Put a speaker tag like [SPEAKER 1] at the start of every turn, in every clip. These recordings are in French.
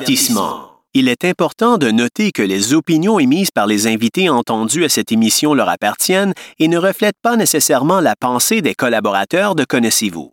[SPEAKER 1] Avertissement. Il est important de noter que les opinions émises par les invités entendus à cette émission leur appartiennent et ne reflètent pas nécessairement la pensée des collaborateurs de Connaissez-vous.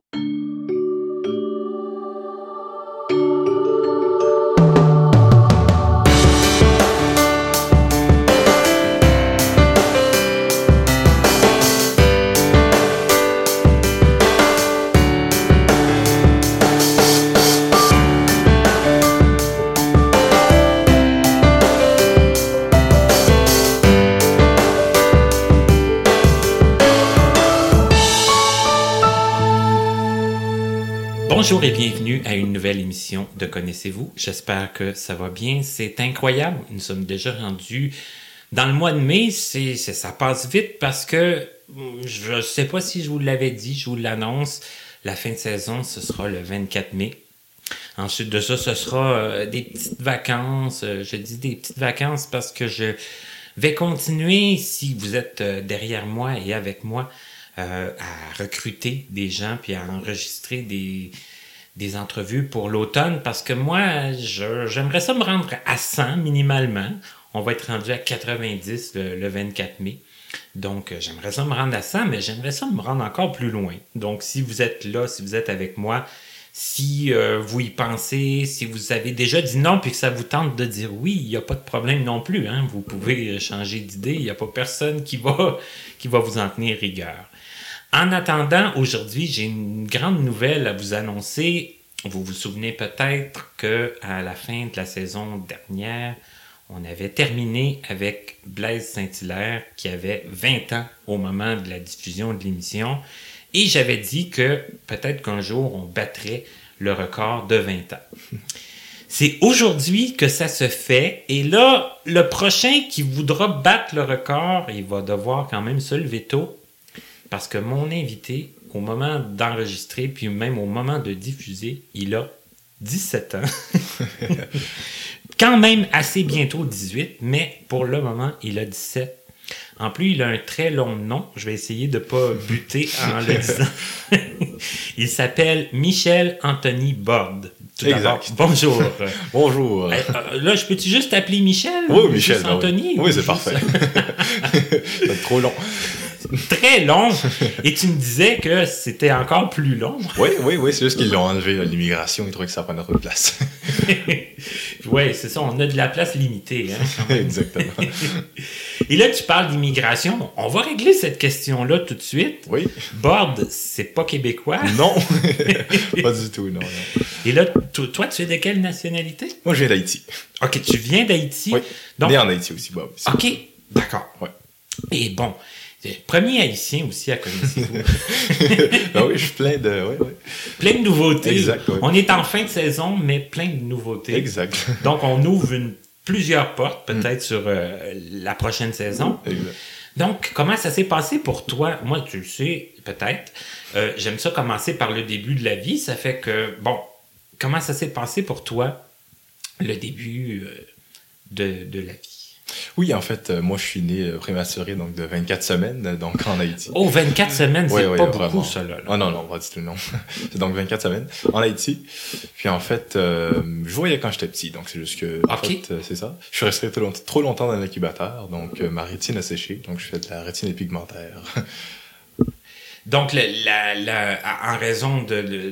[SPEAKER 2] Bonjour et bienvenue à une nouvelle émission de Connaissez-vous. J'espère que ça va bien. C'est incroyable. Nous sommes déjà rendus dans le mois de mai. C'est, c'est- ça passe vite parce que mm, je ne sais pas si je vous l'avais dit, je vous l'annonce. La fin de saison, ce sera le 24 mai. Ensuite de ça, ce sera euh, des petites vacances. Euh, je dis des petites vacances parce que je vais continuer, si vous êtes euh, derrière moi et avec moi, euh, à recruter des gens puis à enregistrer des, des entrevues pour l'automne parce que moi, je- j'aimerais ça me rendre à 100 minimalement. On va être rendu à 90 le, le 24 mai. Donc, euh, j'aimerais ça me rendre à 100, mais j'aimerais ça me rendre encore plus loin. Donc, si vous êtes là, si vous êtes avec moi, si euh, vous y pensez, si vous avez déjà dit non puis que ça vous tente de dire oui, il n'y a pas de problème non plus. Hein? Vous pouvez euh, changer d'idée. Il n'y a pas personne qui va, qui va vous en tenir rigueur. En attendant, aujourd'hui, j'ai une grande nouvelle à vous annoncer. Vous vous souvenez peut-être que à la fin de la saison dernière, on avait terminé avec Blaise Saint-Hilaire qui avait 20 ans au moment de la diffusion de l'émission et j'avais dit que peut-être qu'un jour on battrait le record de 20 ans. C'est aujourd'hui que ça se fait. Et là, le prochain qui voudra battre le record, il va devoir quand même se lever tôt. Parce que mon invité, au moment d'enregistrer, puis même au moment de diffuser, il a 17 ans. quand même assez bientôt 18, mais pour le moment, il a 17. En plus, il a un très long nom. Je vais essayer de ne pas buter en le disant. il s'appelle Michel Anthony Borde. Tout d'abord,
[SPEAKER 3] Exact.
[SPEAKER 2] bonjour.
[SPEAKER 3] Bonjour.
[SPEAKER 2] Hey, euh, là, je peux-tu juste t'appeler Michel?
[SPEAKER 3] oui,
[SPEAKER 2] ou
[SPEAKER 3] Michel.
[SPEAKER 2] juste
[SPEAKER 3] ah oui.
[SPEAKER 2] Anthony?
[SPEAKER 3] Oui,
[SPEAKER 2] ou
[SPEAKER 3] c'est
[SPEAKER 2] juste-
[SPEAKER 3] parfait. Ça va être trop long.
[SPEAKER 2] Très long. Et tu me disais que c'était encore plus long.
[SPEAKER 3] Oui, oui, oui, c'est juste qu'ils l'ont enlevé, là, l'immigration, ils trouvaient que ça prenait trop de place.
[SPEAKER 2] ouais, c'est ça, on a de la place limitée. hein, quand même.
[SPEAKER 3] Exactement.
[SPEAKER 2] Et là, tu parles d'immigration. On va régler cette question-là tout de suite.
[SPEAKER 3] Oui.
[SPEAKER 2] Borde, c'est pas québécois.
[SPEAKER 3] Non. Pas du tout, non. non.
[SPEAKER 2] Et là, to- toi, tu es de quelle nationalité?
[SPEAKER 3] Moi, je viens d'Haïti.
[SPEAKER 2] Ok, tu viens d'Haïti.
[SPEAKER 3] Oui.
[SPEAKER 2] Donc, Ah.
[SPEAKER 3] Né en Haïti aussi, bah Bob. aussi.
[SPEAKER 2] ok, d'accord.
[SPEAKER 3] Ouais.
[SPEAKER 2] Et bon, premier haïtien aussi à connaître.
[SPEAKER 3] Ah oui, je suis plein de. Oui, oui.
[SPEAKER 2] plein de nouveautés.
[SPEAKER 3] Exact, ouais.
[SPEAKER 2] On est en fin de saison, mais plein de nouveautés.
[SPEAKER 3] Exact. Mm.
[SPEAKER 2] Donc, on ouvre une- plusieurs portes peut-être sur euh, la prochaine saison.
[SPEAKER 3] Exact.
[SPEAKER 2] Donc, comment ça s'est passé pour toi? Moi, tu le sais, peut-être. Euh, J'aime ça commencer par le début de la vie. Ça fait que, bon, comment ça s'est passé pour toi, le début euh, de, de la vie?
[SPEAKER 3] Oui, en fait, euh, moi, je suis né euh, prématuré, donc de 24 semaines, euh, donc en Haïti.
[SPEAKER 2] Oh, 24 semaines,
[SPEAKER 3] Euh, Ouais,
[SPEAKER 2] c'est
[SPEAKER 3] ouais,
[SPEAKER 2] pas
[SPEAKER 3] vraiment.
[SPEAKER 2] beaucoup, ça, là. là.
[SPEAKER 3] Ah non, non, pas du tout, non. c'est donc 24 semaines en Haïti. Puis en fait, euh, je voyais quand j'étais petit, donc c'est juste que. en
[SPEAKER 2] Ok.
[SPEAKER 3] fait, euh, c'est ça. Je suis resté trop, long- trop longtemps dans l'incubateur, donc euh, ma rétine a séché, donc je fais de la rétine épigmentaire.
[SPEAKER 2] Donc, le- la- la- en raison de, de- de-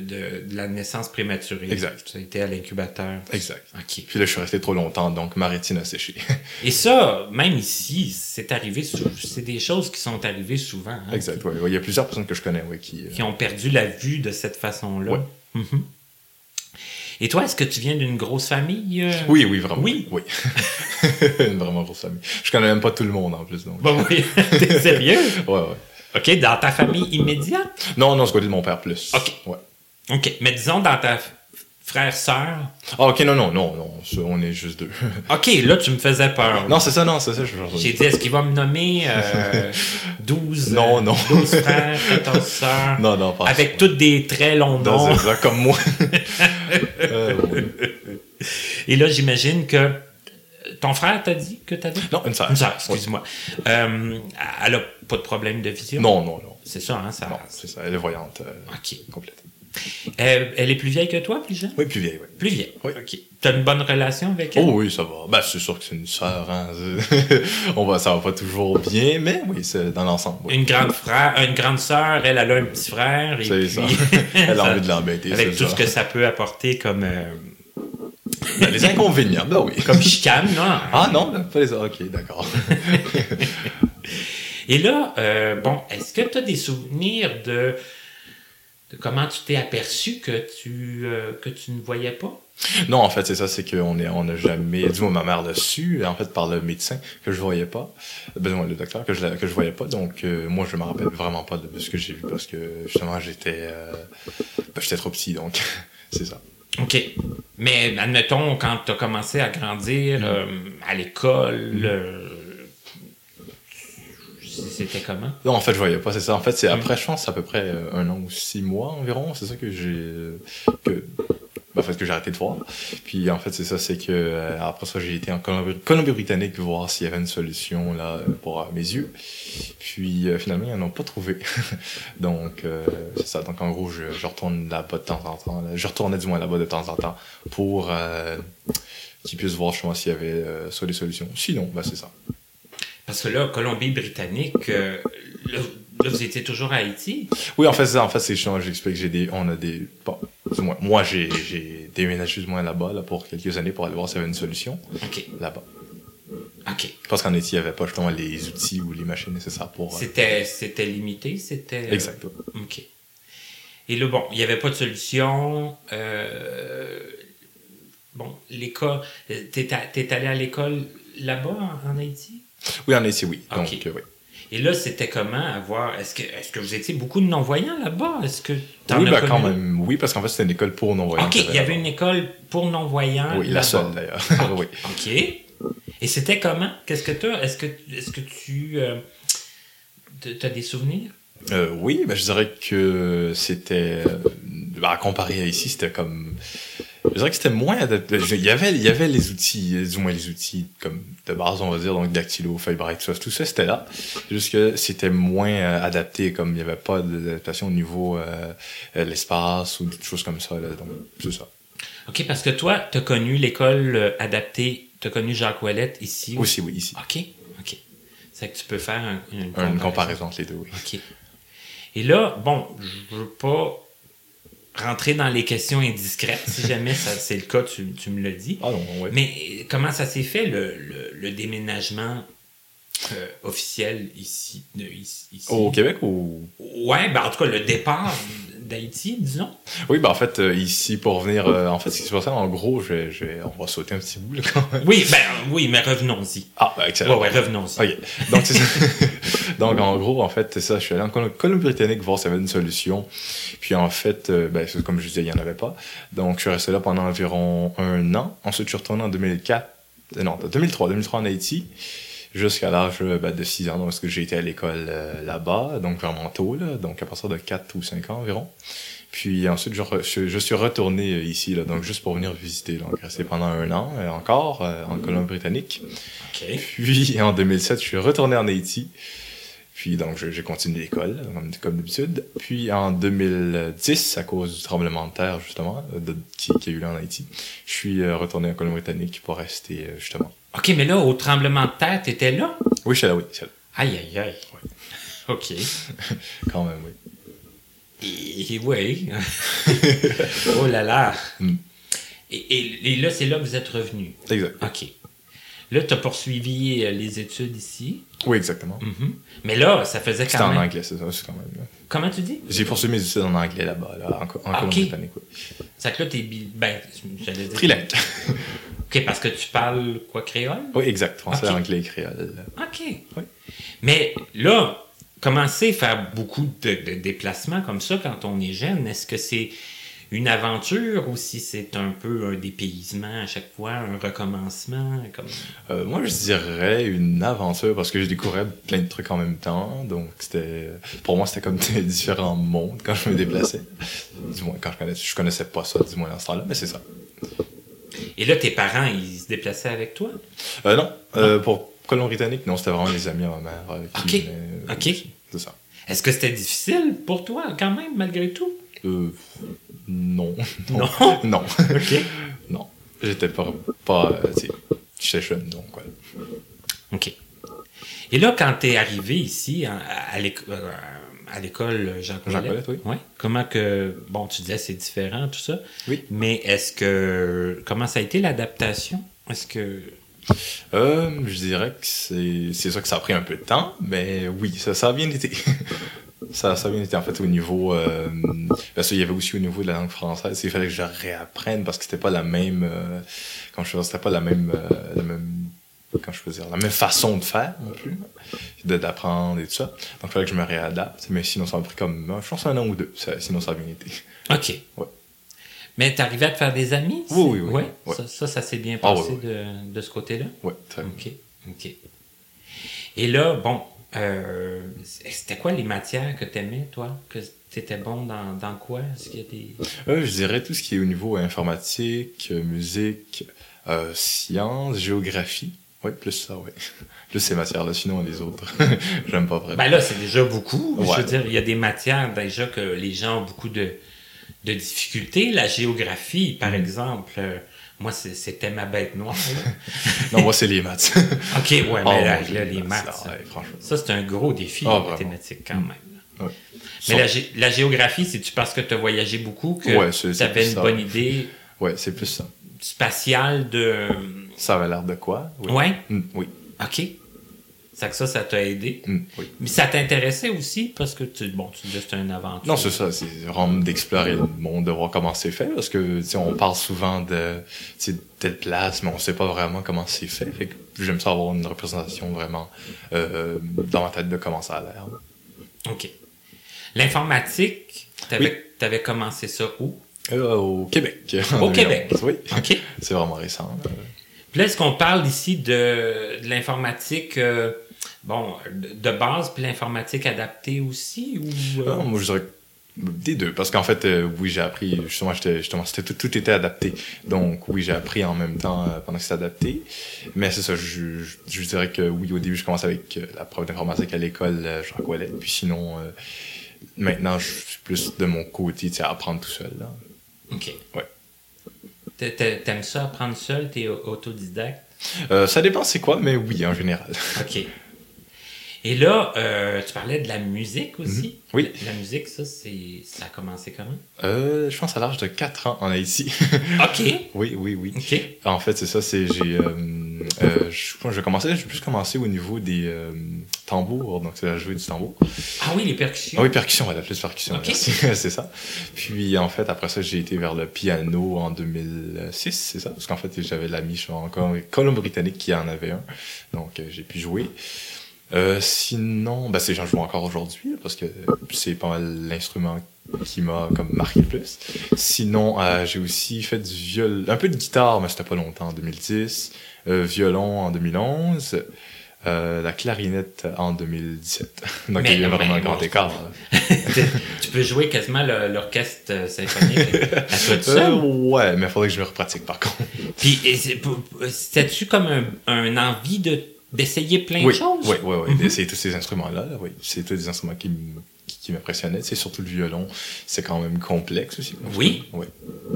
[SPEAKER 2] de la naissance prématurée.
[SPEAKER 3] Exact.
[SPEAKER 2] Ça a été à l'incubateur.
[SPEAKER 3] exact.
[SPEAKER 2] OK.
[SPEAKER 3] Puis là, je suis resté trop longtemps, donc ma rétine a séché.
[SPEAKER 2] Et ça, même ici, c'est arrivé, sou- c'est des choses qui sont arrivées souvent. hein,
[SPEAKER 3] exact, ouais, ouais. Il y a plusieurs personnes que je connais, ouais, qui. euh,
[SPEAKER 2] Qui, qui ont perdu la vue de cette façon-là.
[SPEAKER 3] Ouais.
[SPEAKER 2] Mhm. Et toi, est-ce que tu viens d'une grosse famille? euh?
[SPEAKER 3] Oui, oui, vraiment.
[SPEAKER 2] Oui.
[SPEAKER 3] Oui. Une vraiment grosse famille. Je connais même pas tout le monde en plus, donc.
[SPEAKER 2] Bon, oui. T'es sérieux?
[SPEAKER 3] Ouais, ouais.
[SPEAKER 2] OK, dans ta famille immédiate?
[SPEAKER 3] Non, non, ce côté de mon père plus.
[SPEAKER 2] Ok.
[SPEAKER 3] Ouais.
[SPEAKER 2] OK, mais disons dans ta f- frère-sœur.
[SPEAKER 3] Ah, ok, non, non, non, non, ça, on est juste deux.
[SPEAKER 2] OK, là, tu me faisais peur.
[SPEAKER 3] non, c'est ça, non, c'est ça, je
[SPEAKER 2] Ah, J'ai dit, est-ce qu'il va me nommer euh, 12,
[SPEAKER 3] Non,
[SPEAKER 2] euh,
[SPEAKER 3] non.
[SPEAKER 2] 12 frères, 14 sœurs,
[SPEAKER 3] Non, non, pas
[SPEAKER 2] avec tous des très longs
[SPEAKER 3] dans
[SPEAKER 2] noms?
[SPEAKER 3] un genre comme moi. Euh, oui.
[SPEAKER 2] Et là, j'imagine que euh, ton frère t'a dit que t'avais...
[SPEAKER 3] Non, une sœur.
[SPEAKER 2] Une sœur, excuse-moi. Euh, elle a pas de problème de vision?
[SPEAKER 3] Non, non, non. Ah,
[SPEAKER 2] C'est ça, hein? Ça...
[SPEAKER 3] Non, c'est ça, elle est voyante euh,
[SPEAKER 2] OK.
[SPEAKER 3] complète.
[SPEAKER 2] Euh, elle est plus vieille que toi, plus jeune?
[SPEAKER 3] Oui, plus vieille, oui.
[SPEAKER 2] Plus vieille.
[SPEAKER 3] Oui.
[SPEAKER 2] OK. T'as une bonne relation avec elle?
[SPEAKER 3] Oh oui, ça va. Bah, c'est sûr que c'est une sœur. Hein. On va, ça va pas toujours bien, mais oui, c'est dans l'ensemble. oui.
[SPEAKER 2] Une grande frère, une grande sœur, elle, elle a un petit frère. et
[SPEAKER 3] C'est
[SPEAKER 2] puis-
[SPEAKER 3] ça. Elle a envie de l'embêter.
[SPEAKER 2] Avec
[SPEAKER 3] c'est
[SPEAKER 2] tout
[SPEAKER 3] ça.
[SPEAKER 2] ce que ça peut apporter comme, euh,
[SPEAKER 3] Ben, les inconvénients, bah oui.
[SPEAKER 2] comme chicane, non?
[SPEAKER 3] Ah non, pas les. Ok, d'accord.
[SPEAKER 2] Et là, euh, bon, est-ce que tu as des souvenirs de, de comment tu t'es aperçu que tu, euh, que tu ne voyais pas?
[SPEAKER 3] Non, en fait, c'est ça, c'est qu'on est, on n'a jamais, du moins ma mère l'a su, en fait, par le médecin que je voyais pas, ben, ouais, le docteur que je, la- que je voyais pas, donc euh, moi je me rappelle vraiment pas de ce que j'ai vu parce que justement j'étais, euh, ben, j'étais trop petit, donc c'est ça.
[SPEAKER 2] OK. Mais admettons, quand tu as commencé à grandir euh, à l'école, euh, c'était comment?
[SPEAKER 3] Non, en fait, je voyais pas, c'est ça. En fait, c'est après, je pense, à peu près euh, un an ou six mois environ. C'est ça que j'ai, euh, que, bah, en fait, que j'ai arrêté de voir. Puis, en fait, c'est ça, c'est que euh, après ça, j'ai été en Colombie- Colombie-Britannique voir s'il y avait une solution là euh, pour euh, mes yeux. Puis, euh, finalement, ils n'en ont pas trouvé. Donc, euh, c'est ça. Donc, en gros, je, je retourne là-bas de temps en temps. là. Je retournais du moins là-bas de temps en temps pour euh, qu'ils puissent voir, je pense, s'il y avait euh, soit des solutions. Sinon, bah, c'est ça.
[SPEAKER 2] Parce que là, Colombie-Britannique, euh, là, là, vous étiez toujours à Haïti.
[SPEAKER 3] Oui, en fait, c'est ça. En fait, c'est chiant. J'explique. J'ai des, on a des, bon, du moins, moi, j'ai, j'ai déménagé du moins là-bas, là, pour quelques années, pour aller voir s'il y avait une solution
[SPEAKER 2] OK.
[SPEAKER 3] là-bas.
[SPEAKER 2] OK.
[SPEAKER 3] Parce qu'en Haïti, il n'y avait pas justement les outils ou les machines nécessaires pour. euh,
[SPEAKER 2] C'était, c'était limité, c'était... euh,
[SPEAKER 3] Exact.
[SPEAKER 2] OK. Et là, bon, il n'y avait pas de solution. euh, bon, l'école... euh, T'es, à- t'es allé à l'école là-bas, en, en Haïti?
[SPEAKER 3] Oui, en Haïti, oui.
[SPEAKER 2] Ok.
[SPEAKER 3] Donc, euh, oui.
[SPEAKER 2] Et là, c'était comment avoir... Est-ce que, est-ce que vous étiez beaucoup de non-voyants là-bas? Est-ce que t'en
[SPEAKER 3] Oui,
[SPEAKER 2] as
[SPEAKER 3] bah, quand
[SPEAKER 2] connu-
[SPEAKER 3] même. Oui, parce qu'en fait, c'était une école pour non-voyants.
[SPEAKER 2] OK,
[SPEAKER 3] qu'il
[SPEAKER 2] il y avait
[SPEAKER 3] là-bas.
[SPEAKER 2] une école pour non-voyants
[SPEAKER 3] Oui, la
[SPEAKER 2] là-bas. Ah,
[SPEAKER 3] seule, d'ailleurs. oui.
[SPEAKER 2] OK. Et c'était comment? Qu'est-ce que t'as? Est-ce que, est-ce que tu... euh, t- t'as des souvenirs?
[SPEAKER 3] Euh, oui, ben, je dirais que c'était, euh, bah, comparé à ici, c'était comme, je dirais que c'était moins adapté. Je- Il y avait, il y avait les outils, euh, du moins les outils comme de base, on va dire, donc dactylo, feuille barrée, tout ça, tout ça, c'était là. C'est Juste que c'était moins euh, adapté, comme il n'y avait pas d'adaptation au niveau euh, euh, l'espace ou des choses comme ça. Là, donc c'est ça.
[SPEAKER 2] OK, parce que toi, t'as connu l'école euh, adaptée, t'as connu Jacques Ouellette ici.
[SPEAKER 3] Aussi, oui, ici,
[SPEAKER 2] OK, OK. C'est que tu peux faire un- une,
[SPEAKER 3] une comparaison entre les deux. Oui.
[SPEAKER 2] OK. Et là, bon, je veux pas rentrer dans les questions indiscrètes. Si jamais ça- c'est le cas, tu, tu me le dis.
[SPEAKER 3] Ah non, ouais.
[SPEAKER 2] Mais comment ça s'est fait, le, le- le déménagement euh, officiel ici, de- ici- ici?
[SPEAKER 3] Au Québec ou
[SPEAKER 2] Ouais, ben en tout cas, le départ d'Haïti, disons.
[SPEAKER 3] Oui, bah en fait euh, ici pour revenir, euh, en fait ce qui se passait en gros, je vais- je vais- on va sauter un petit bout là, quand même.
[SPEAKER 2] Oui, ben oui, mais revenons-y.
[SPEAKER 3] Ah, bah, excellent.
[SPEAKER 2] Ouais, ouais, revenons-y.
[SPEAKER 3] Ok. Donc, c'est ça. Donc, en gros, en fait, c'est ça. Je suis allé en Col- Colombie-Britannique voir s'il y avait une solution. Puis, en fait, euh, ben, c'est comme je disais, il n'y en avait pas. Donc, je suis resté là pendant environ un an. Ensuite, je suis retourné en 2004. euh, Non, 2003. 2003 en Haïti. Jusqu'à l'âge euh, ben, de 6 ans, donc, parce que j'ai été à l'école euh, là-bas, donc vraiment tôt, là, donc à partir de 4 ou 5 ans environ. Puis ensuite, je, re- je, je suis retourné euh, ici, là, donc juste pour venir visiter. Donc, resté pendant un an euh, encore euh, en Colombie-Britannique.
[SPEAKER 2] OK.
[SPEAKER 3] Puis en 2007, je suis retourné en Haïti. Puis donc je- j'ai continué l'école comme, comme d'habitude. Puis en 2010, à cause du tremblement de terre justement de- qui, qui a eu lieu en Haïti, je suis euh, retourné en Colombie-Britannique pour rester euh, justement.
[SPEAKER 2] OK, mais là, au tremblement de terre, t'étais là?
[SPEAKER 3] Oui, je suis là, oui, je suis là.
[SPEAKER 2] Aïe, aïe, aïe. OK.
[SPEAKER 3] quand même, oui.
[SPEAKER 2] Et, et oui. oh là là.
[SPEAKER 3] Mm.
[SPEAKER 2] Et, et- et là, c'est là que vous êtes revenu.
[SPEAKER 3] Exact.
[SPEAKER 2] OK. Là, tu as poursuivi euh, les études ici.
[SPEAKER 3] Oui, exactement.
[SPEAKER 2] Mhm. Mais là, ça faisait
[SPEAKER 3] C'était
[SPEAKER 2] quand
[SPEAKER 3] en
[SPEAKER 2] même.
[SPEAKER 3] anglais, Mm-hmm. c'est ça, c'est quand même. là.
[SPEAKER 2] Comment tu dis?
[SPEAKER 3] J'ai poursuivi mes études en anglais là-bas, là, en, Co- en
[SPEAKER 2] Ah, ok.
[SPEAKER 3] Colombie-Britannique. oui.
[SPEAKER 2] C'est que là, t'es bi- ben, j'allais dire.
[SPEAKER 3] Trilingue.
[SPEAKER 2] OK, parce que tu parles quoi, créole?
[SPEAKER 3] oui, exact. Français,
[SPEAKER 2] Ok.
[SPEAKER 3] anglais, créole.
[SPEAKER 2] OK.
[SPEAKER 3] Oui.
[SPEAKER 2] Mais là, commencer à faire beaucoup de, de déplacements comme ça quand on est jeune, est-ce que c'est une aventure ou si c'est un peu un dépaysement à chaque fois, un recommencement? Comme...
[SPEAKER 3] Euh, moi, je dirais une aventure parce que je découvrais plein de trucs en même temps. Donc, c'était pour moi, c'était comme des différents mondes quand je me déplaçais. Du moins, quand je connaissais, je connaissais pas ça, du moins, dans ce temps-là, mais c'est ça.
[SPEAKER 2] Et là, tes parents, ils se déplaçaient avec toi?
[SPEAKER 3] Euh, non, euh, pour Colon-Britannique, non, c'était vraiment les amis à ma mère euh, qui
[SPEAKER 2] Ah. Ok.
[SPEAKER 3] venaient.
[SPEAKER 2] Ok.
[SPEAKER 3] C'est ça.
[SPEAKER 2] Est-ce que c'était difficile pour toi quand même, malgré tout?
[SPEAKER 3] Euh, non.
[SPEAKER 2] Non?
[SPEAKER 3] non.
[SPEAKER 2] OK.
[SPEAKER 3] Non. J'étais pas. pas euh, tu sais, j'étais jeune, donc, ouais.
[SPEAKER 2] OK. Et là, quand tu es arrivé ici, hein, à, à l'éc- euh, à l'école Jean
[SPEAKER 3] Jean
[SPEAKER 2] Collet,
[SPEAKER 3] Collet, oui.
[SPEAKER 2] comment que. Bon, tu disais c'est différent, tout ça.
[SPEAKER 3] Oui.
[SPEAKER 2] Mais est-ce que. Comment ça a été l'adaptation? Est-ce que.
[SPEAKER 3] Euh, je dirais que c'est c'est sûr que ça a pris un peu de temps, mais oui, ça, ça a bien été. ça, ça a bien été, en fait, au niveau... Euh, parce qu'il y avait aussi au niveau de la langue française, il fallait que je réapprenne parce que c'était pas la même... Euh, quand je c'était pas la même... euh, la même quand je peux dire, la même façon de faire non plus, de- d'apprendre et tout ça. Donc il fallait que je me réadapte, mais sinon ça a pris comme, euh, je pense, un an ou deux, Ça- sinon ça a bien été.
[SPEAKER 2] OK.
[SPEAKER 3] Ouais.
[SPEAKER 2] Mais tu arrivé à te faire des amis?
[SPEAKER 3] Oui, oui, oui.
[SPEAKER 2] Ouais?
[SPEAKER 3] Ouais.
[SPEAKER 2] Ça, ça, ça s'est bien
[SPEAKER 3] Ah,
[SPEAKER 2] passé
[SPEAKER 3] oui,
[SPEAKER 2] De, de ce côté-là?
[SPEAKER 3] Ouais, très bien.
[SPEAKER 2] OK. OK. Et là, bon, euh, c'était quoi les matières que t'aimais, toi? Que t'étais bon dans, dans quoi? Est-ce qu'il y a des...
[SPEAKER 3] Euh, je dirais tout ce qui est au niveau informatique, euh, musique, euh, sciences, géographie. Oui, plus ça, oui. Plus ces matières-là, sinon les autres, j'aime pas vraiment.
[SPEAKER 2] Ben là, c'est déjà beaucoup. Je
[SPEAKER 3] Ouais.
[SPEAKER 2] veux dire, il y a des matières déjà que les gens ont beaucoup de, de difficultés. La géographie,
[SPEAKER 3] Mm.
[SPEAKER 2] par exemple, euh, moi, c'est- c'était ma bête noire. là.
[SPEAKER 3] Non, moi, c'est les maths.
[SPEAKER 2] OK, ouais, mais
[SPEAKER 3] Oh,
[SPEAKER 2] là,
[SPEAKER 3] mon Dieu,
[SPEAKER 2] là, les maths,
[SPEAKER 3] là,
[SPEAKER 2] ça,
[SPEAKER 3] ouais, franchement.
[SPEAKER 2] ça, c'est un gros défi,
[SPEAKER 3] Ah,
[SPEAKER 2] en
[SPEAKER 3] vraiment.
[SPEAKER 2] mathématiques, quand même.
[SPEAKER 3] Ouais.
[SPEAKER 2] Mais
[SPEAKER 3] Sont-
[SPEAKER 2] la, gé- la géographie, c'est-tu parce que tu as voyagé beaucoup que
[SPEAKER 3] Ouais, c'est-
[SPEAKER 2] tu avais
[SPEAKER 3] c'est
[SPEAKER 2] une
[SPEAKER 3] ça.
[SPEAKER 2] bonne idée
[SPEAKER 3] Ouais, c'est plus ça.
[SPEAKER 2] spatiale de...
[SPEAKER 3] Ça avait l'air de quoi? Oui.
[SPEAKER 2] Ouais,
[SPEAKER 3] Mm, oui.
[SPEAKER 2] OK. Ça que ça, ça t'a aidé.
[SPEAKER 3] Mm, oui.
[SPEAKER 2] Mais ça t'intéressait aussi parce que tu, bon, tu disais que c'était une aventure.
[SPEAKER 3] Non, c'est ça, c'est vraiment d'explorer le monde, de voir comment c'est fait, parce que, tu sais, on parle souvent de, tu sais, de telle place, mais on sait pas vraiment comment c'est fait. Fait que j'aime ça avoir une représentation vraiment euh, dans ma tête de comment ça a l'air.
[SPEAKER 2] OK. L'informatique, t'avais t'avais commencé ça où?
[SPEAKER 3] Euh, au Québec.
[SPEAKER 2] Au Québec.
[SPEAKER 3] Oui.
[SPEAKER 2] OK.
[SPEAKER 3] C'est vraiment récent. là.
[SPEAKER 2] Puis là, est-ce qu'on parle ici de, de l'informatique, euh, bon, de de base, puis l'informatique adaptée aussi? Ou, euh,
[SPEAKER 3] Non, moi, je dirais des deux. Parce qu'en fait, euh, oui, j'ai appris, justement, j'étais- justement c'était tout, tout était adapté. Donc, oui, j'ai appris en même temps euh, pendant que c'était adapté. Mais c'est ça, je, je, je dirais que oui, au début, je commence avec euh, la prof d'informatique à l'école, euh, Jean Collet. Puis sinon, euh, maintenant, je suis plus de mon côté, tu sais, à apprendre tout seul. Là.
[SPEAKER 2] OK.
[SPEAKER 3] Ah. Ouais.
[SPEAKER 2] T'a- t'a- T'aimes ça apprendre seul? T'es au- autodidacte?
[SPEAKER 3] Euh, ça dépend c'est quoi, mais oui, en général.
[SPEAKER 2] OK. Et là, euh, tu parlais de la musique aussi?
[SPEAKER 3] Mhm. Oui.
[SPEAKER 2] La, la musique, ça, c'est ça a commencé comment?
[SPEAKER 3] Euh, je pense à l'âge de 4 ans en Haïti.
[SPEAKER 2] OK.
[SPEAKER 3] oui, oui, oui.
[SPEAKER 2] OK.
[SPEAKER 3] Ah, En fait, c'est ça, c'est j'ai euh, euh, je, je commençais, j'ai plus commencé au niveau des euh, tambours, donc c'est la jouer du tambour.
[SPEAKER 2] Ah oui, les percussions.
[SPEAKER 3] Ah oui, percussion, voilà, plus percussion,
[SPEAKER 2] Ok.
[SPEAKER 3] merci, c'est ça. Puis en fait, après ça, j'ai été vers le piano en 2006, c'est ça, parce qu'en fait, j'avais l'ami je suis encore colombe-britannique qui en avait un, donc euh, j'ai pu jouer. Euh, sinon, bah, c'est j'en joue encore aujourd'hui parce que c'est pas mal l'instrument qui m'a comme marqué le plus. Sinon, euh, j'ai aussi fait du viol, un peu de guitare, mais c'était pas longtemps, en 2010, euh, violon en 2011, euh, la clarinette en 2017. Donc
[SPEAKER 2] Mais
[SPEAKER 3] il y a
[SPEAKER 2] non,
[SPEAKER 3] vraiment
[SPEAKER 2] mais
[SPEAKER 3] un grand
[SPEAKER 2] non.
[SPEAKER 3] écart.
[SPEAKER 2] tu peux jouer quasiment le- l'orchestre euh, symphonique à toi tout
[SPEAKER 3] Euh,
[SPEAKER 2] seul.
[SPEAKER 3] ouais, mais il faudrait que je me repratique par contre.
[SPEAKER 2] Puis, et c'est- p- p- c'était-tu comme un, un envie de d'essayer plein de
[SPEAKER 3] oui,
[SPEAKER 2] choses?
[SPEAKER 3] oui, oui, oui. C'est tous ces instruments-là, là, oui. C'est tous des instruments qui, m- qui, qui m'impressionnaient. C'est surtout le violon. C'est quand même complexe aussi.
[SPEAKER 2] Oui.
[SPEAKER 3] Oui.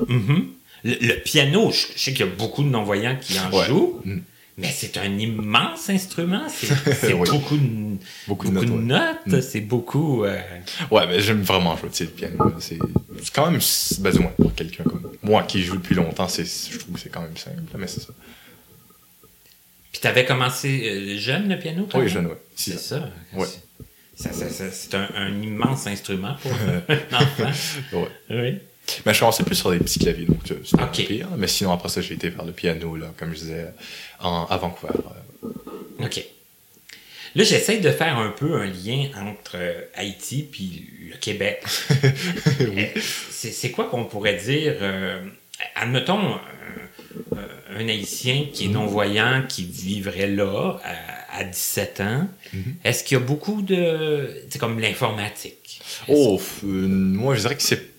[SPEAKER 2] Mhm. Le, le piano, je, je sais qu'il y a beaucoup de non-voyants qui en
[SPEAKER 3] Ouais.
[SPEAKER 2] jouent,
[SPEAKER 3] Mm.
[SPEAKER 2] mais c'est un immense instrument. C'est c'est
[SPEAKER 3] Oui.
[SPEAKER 2] beaucoup de,
[SPEAKER 3] Beaucoup de
[SPEAKER 2] beaucoup de
[SPEAKER 3] notes, Mm.
[SPEAKER 2] notes. C'est beaucoup. euh,
[SPEAKER 3] Ouais, mais j'aime vraiment jouer tu sais, le piano. là. C'est c'est quand même, s- ben, du moins pour quelqu'un comme moi qui joue depuis longtemps, c'est je trouve que c'est quand même simple. Mais c'est ça.
[SPEAKER 2] Ah Puis, t'avais commencé euh, jeune le piano? toi?
[SPEAKER 3] Oui, jeune, ouais. Six
[SPEAKER 2] C'est
[SPEAKER 3] ans.
[SPEAKER 2] ça.
[SPEAKER 3] Ouais.
[SPEAKER 2] Ça- ça- ça- c'est un, un immense instrument pour un enfant.
[SPEAKER 3] Ouais.
[SPEAKER 2] Oui.
[SPEAKER 3] Mais je commençais plus sur des petits claviers, donc euh, c'était pas
[SPEAKER 2] Ok.
[SPEAKER 3] pire. Mais sinon, après ça, j'ai été vers le piano, là, comme je disais, en, à Vancouver. euh.
[SPEAKER 2] OK. Là, j'essaie de faire un peu un lien entre euh, Haïti puis le Québec. Euh, c'est c'est quoi qu'on pourrait dire? euh, admettons, euh, euh, un Haïtien
[SPEAKER 3] Mhm.
[SPEAKER 2] qui est non-voyant, qui vivrait là à, à 17 ans,
[SPEAKER 3] Mhm.
[SPEAKER 2] est-ce qu'il y a beaucoup de... C'est comme l'informatique. Est-ce-
[SPEAKER 3] Oh, f- euh, moi, je dirais que c'est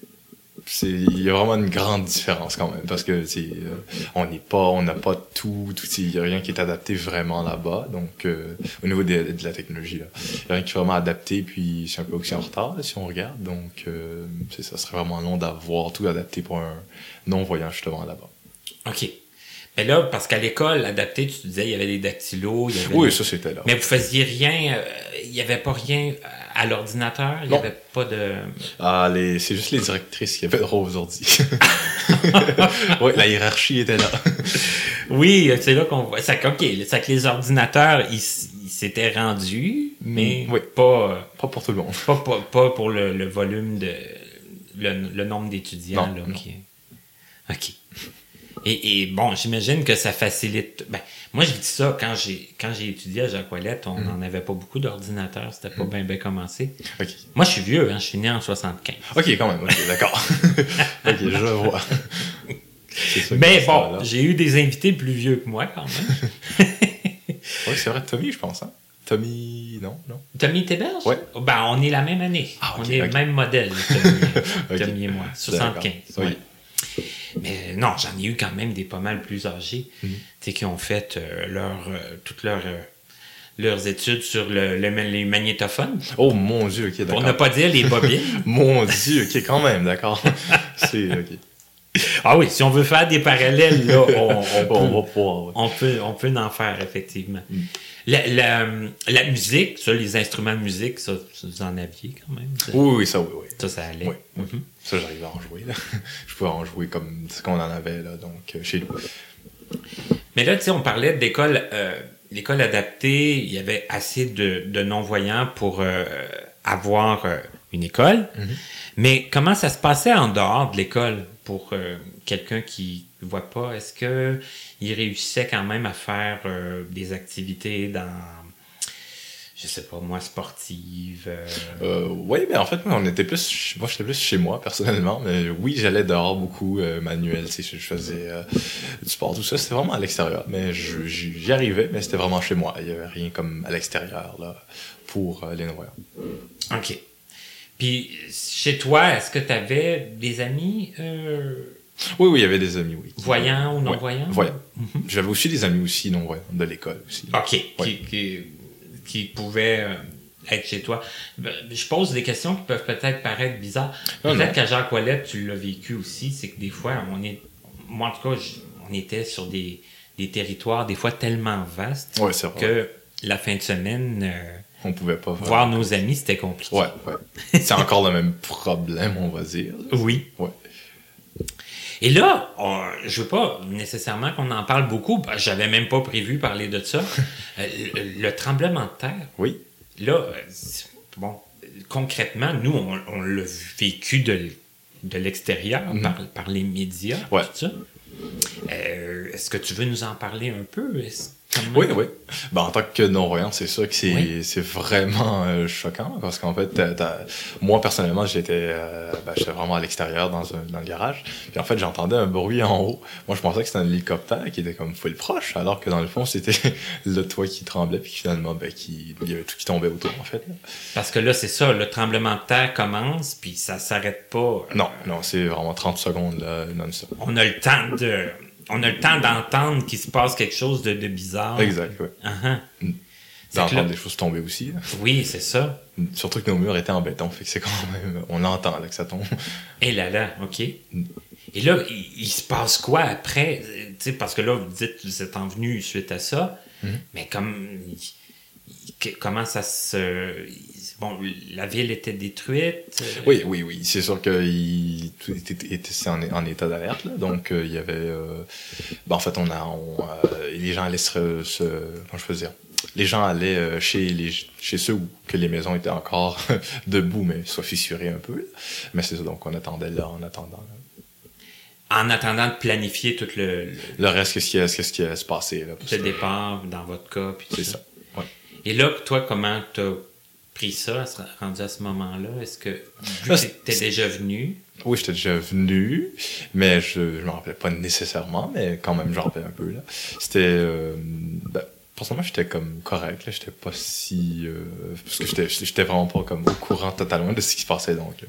[SPEAKER 3] c'est il y a vraiment une grande différence quand même parce que c'est euh, on n'est pas on n'a pas tout tout il y a rien qui est adapté vraiment là-bas donc euh, au niveau de, de la technologie là il y a rien qui est vraiment adapté puis c'est un peu aussi en retard là, si on regarde donc euh, c'est ça serait vraiment long d'avoir tout adapté pour un non voyant justement là-bas
[SPEAKER 2] OK. Mais là, parce qu'à l'école, adaptée, tu te disais, il y avait des dactylos. Il y avait
[SPEAKER 3] oui ça c'était là
[SPEAKER 2] Mais vous faisiez rien, euh, il n'y avait pas rien à l'ordinateur, il n'y
[SPEAKER 3] Non.
[SPEAKER 2] avait pas de...
[SPEAKER 3] ah les c'est juste les directrices qui avaient droit aux ordi ouais la hiérarchie était là
[SPEAKER 2] Oui, c'est là qu'on voit. C'est que, OK, c'est que les ordinateurs, ils s- ils s'étaient rendus, mais
[SPEAKER 3] Mm, oui.
[SPEAKER 2] pas, euh,
[SPEAKER 3] pas pour tout le monde
[SPEAKER 2] pas, pas, pas pour le, le volume de... le, le nombre d'étudiants.
[SPEAKER 3] Non,
[SPEAKER 2] là,
[SPEAKER 3] non.
[SPEAKER 2] qui- OK. Et, et bon, j'imagine que ça facilite. Ben, moi, je dis ça quand j'ai quand j'ai étudié à Jacques Ouellet,
[SPEAKER 3] Mm.
[SPEAKER 2] on n'en avait pas beaucoup d'ordinateurs, c'était pas bien bien commencé.
[SPEAKER 3] ok
[SPEAKER 2] Moi, je suis vieux, hein, je suis né en 75.
[SPEAKER 3] ok quand même ok d'accord ok je vois C'est ça que
[SPEAKER 2] Mais
[SPEAKER 3] je pensais,
[SPEAKER 2] bon,
[SPEAKER 3] là.
[SPEAKER 2] j'ai eu des invités plus vieux que moi quand même.
[SPEAKER 3] Oui, c'est vrai, Tommy, je pense. Hein? Tommy, non, non.
[SPEAKER 2] Tommy Théberge?
[SPEAKER 3] Ouais.
[SPEAKER 2] Ben, on est la même année.
[SPEAKER 3] Ah, ok,
[SPEAKER 2] on est le
[SPEAKER 3] ok.
[SPEAKER 2] même modèle, Tommy,
[SPEAKER 3] Ok.
[SPEAKER 2] Tommy et moi. 75.
[SPEAKER 3] D'accord.
[SPEAKER 2] ouais.
[SPEAKER 3] Oui.
[SPEAKER 2] Mais non, j'en ai eu quand même des pas mal plus âgés,
[SPEAKER 3] Mhm.
[SPEAKER 2] tu sais, qui ont fait euh, leur, euh, toutes leurs, euh, leurs études sur le, le- les magnétophones.
[SPEAKER 3] Oh mon dieu, ok,
[SPEAKER 2] Pour ne
[SPEAKER 3] d'accord.
[SPEAKER 2] pas dire les bobines.
[SPEAKER 3] Mon dieu, ok, quand même, d'accord. c'est ok.
[SPEAKER 2] ah oui, si on veut faire des parallèles, là, on, on peut.
[SPEAKER 3] On va pouvoir. ouais.
[SPEAKER 2] On peut, on peut en faire, effectivement.
[SPEAKER 3] Mhm.
[SPEAKER 2] La, la, la musique, ça, les instruments de musique, ça, ça, vous en aviez quand même. Ça,
[SPEAKER 3] Oui, oui, ça, oui, oui.
[SPEAKER 2] ça, ça allait.
[SPEAKER 3] Oui.
[SPEAKER 2] Mhm.
[SPEAKER 3] Ça, j'arrive à en jouer. Là. Je pouvais en jouer comme ce qu'on en avait là, donc euh, chez nous.
[SPEAKER 2] Mais là, tu sais, on parlait d'école, euh, l'école adaptée. Il y avait assez de, de non-voyants pour euh, avoir euh, une école.
[SPEAKER 3] Mm-hmm.
[SPEAKER 2] Mais comment ça se passait en dehors de l'école pour euh, quelqu'un qui voit pas Est-ce que il réussissait quand même à faire euh, des activités dans, je sais pas moi, sportives euh,
[SPEAKER 3] Euh, oui, mais en fait, moi, on était plus, ch- moi, j'étais plus chez moi personnellement, mais oui, j'allais dehors beaucoup, euh, manuel, tu sais, je je faisais euh, du sport, tout ça, c'était vraiment à l'extérieur, mais je- j'y j'y arrivais, mais c'était vraiment chez moi, il y avait rien comme à l'extérieur là pour euh, les non-voyants.
[SPEAKER 2] Ok. Puis chez toi, est-ce que tu avais des amis euh,
[SPEAKER 3] Oui, oui, il y avait des amis, oui.
[SPEAKER 2] voyants ou
[SPEAKER 3] Ouais,
[SPEAKER 2] non-voyants Mhm.
[SPEAKER 3] voyants. J'avais aussi des amis aussi non-voyants de l'école aussi.
[SPEAKER 2] OK. Ah, Qui,
[SPEAKER 3] Ouais.
[SPEAKER 2] qui, qui pouvaient euh, être chez toi. Ben, Je pose des questions qui peuvent peut-être paraître bizarres.
[SPEAKER 3] Ah, Non,
[SPEAKER 2] Peut-être
[SPEAKER 3] non.
[SPEAKER 2] qu'à Jacques Ouellet, tu l'as vécu aussi. C'est que des fois, on est. Moi, en tout cas, je- on était sur des, des territoires, des fois tellement vastes,
[SPEAKER 3] Ouais, c'est vrai.
[SPEAKER 2] que la fin de semaine, euh,
[SPEAKER 3] On pouvait pas faire.
[SPEAKER 2] voir nos amis, c'était compliqué.
[SPEAKER 3] Ouais, ouais. C'est encore le même problème, on va dire.
[SPEAKER 2] Oui.
[SPEAKER 3] Ouais.
[SPEAKER 2] Et là, on- je veux pas nécessairement qu'on en parle beaucoup. Ben, J'avais même pas prévu parler de ça. Euh, le, le tremblement de terre,
[SPEAKER 3] Oui.
[SPEAKER 2] là, euh, c'est- bon, euh, concrètement, nous, on, on l'a vécu de, l- de l'extérieur,
[SPEAKER 3] Mhm.
[SPEAKER 2] par, par les médias,
[SPEAKER 3] Ouais.
[SPEAKER 2] tout ça. Euh, Est-ce que tu veux nous en parler un peu? Est-ce- comment-
[SPEAKER 3] Oui, oui. Ben, en tant que non-voyant, c'est sûr que c'est
[SPEAKER 2] Oui.
[SPEAKER 3] c'est vraiment euh, choquant parce qu'en fait, t'as- t'as- moi personnellement, j'étais euh, ben, j'étais vraiment à l'extérieur dans, un- dans le garage. Puis en fait, j'entendais un bruit en haut. Moi, je pensais que c'était un hélicoptère qui était comme full proche, alors que dans le fond, c'était le toit qui tremblait puis finalement, ben, qui, il y avait tout qui tombait autour en fait.
[SPEAKER 2] Parce que là, c'est ça, le tremblement de terre commence, puis ça s'arrête pas.
[SPEAKER 3] Non, non, c'est vraiment 30 secondes là, non-stop.
[SPEAKER 2] On a le temps de... On a le temps d'entendre qu'il se passe quelque chose de, de bizarre.
[SPEAKER 3] Exact, ouais.
[SPEAKER 2] Ah, ah. C'est que là-
[SPEAKER 3] D'entendre des choses tomber aussi. là.
[SPEAKER 2] Oui, c'est ça.
[SPEAKER 3] Surtout que nos murs étaient en béton, fait que c'est quand même, on l'entend là que ça tombe.
[SPEAKER 2] Et Eh là là, OK. Et là, il, il se passe quoi après? Euh, tu sais, parce que là, vous dites que vous êtes envenu suite à ça,
[SPEAKER 3] Mhm.
[SPEAKER 2] mais comme il- il- que- comment ça se. il- Bon, la ville était détruite. euh,
[SPEAKER 3] Oui, oui, oui. C'est sûr que il- tout était, était- c'est en, en état d'alerte, là. Donc, euh, il y avait. euh, ben, en fait, on a. on, euh, les gens allaient se. se- comment je peux dire Les gens allaient euh, chez, les, chez ceux où que les maisons étaient encore debout, mais soit fissurées un peu. là. Mais c'est ça, donc on attendait là, en attendant. là.
[SPEAKER 2] En attendant de planifier tout le, le-
[SPEAKER 3] Le reste, qu'est-ce qui, qu'est-ce qui allait se passer, là parce
[SPEAKER 2] le
[SPEAKER 3] que-
[SPEAKER 2] départ, dans votre cas. puis tout
[SPEAKER 3] C'est ça. Ouais.
[SPEAKER 2] Et là, toi, comment t'as pris ça, à ce- rendu à ce moment-là? Est-ce que vu
[SPEAKER 3] Ah,
[SPEAKER 2] que
[SPEAKER 3] c'est-
[SPEAKER 2] t'es déjà venu?
[SPEAKER 3] Oui, j'étais déjà venu, mais je ne me rappelais pas nécessairement, mais quand même, je me rappelais un peu. là. C'était. Euh, ben, personnellement, j'étais comme correct, là, j'étais pas si. euh, parce que j'étais- j'étais j'étais vraiment pas comme au courant totalement de ce qui se passait, donc, ouais.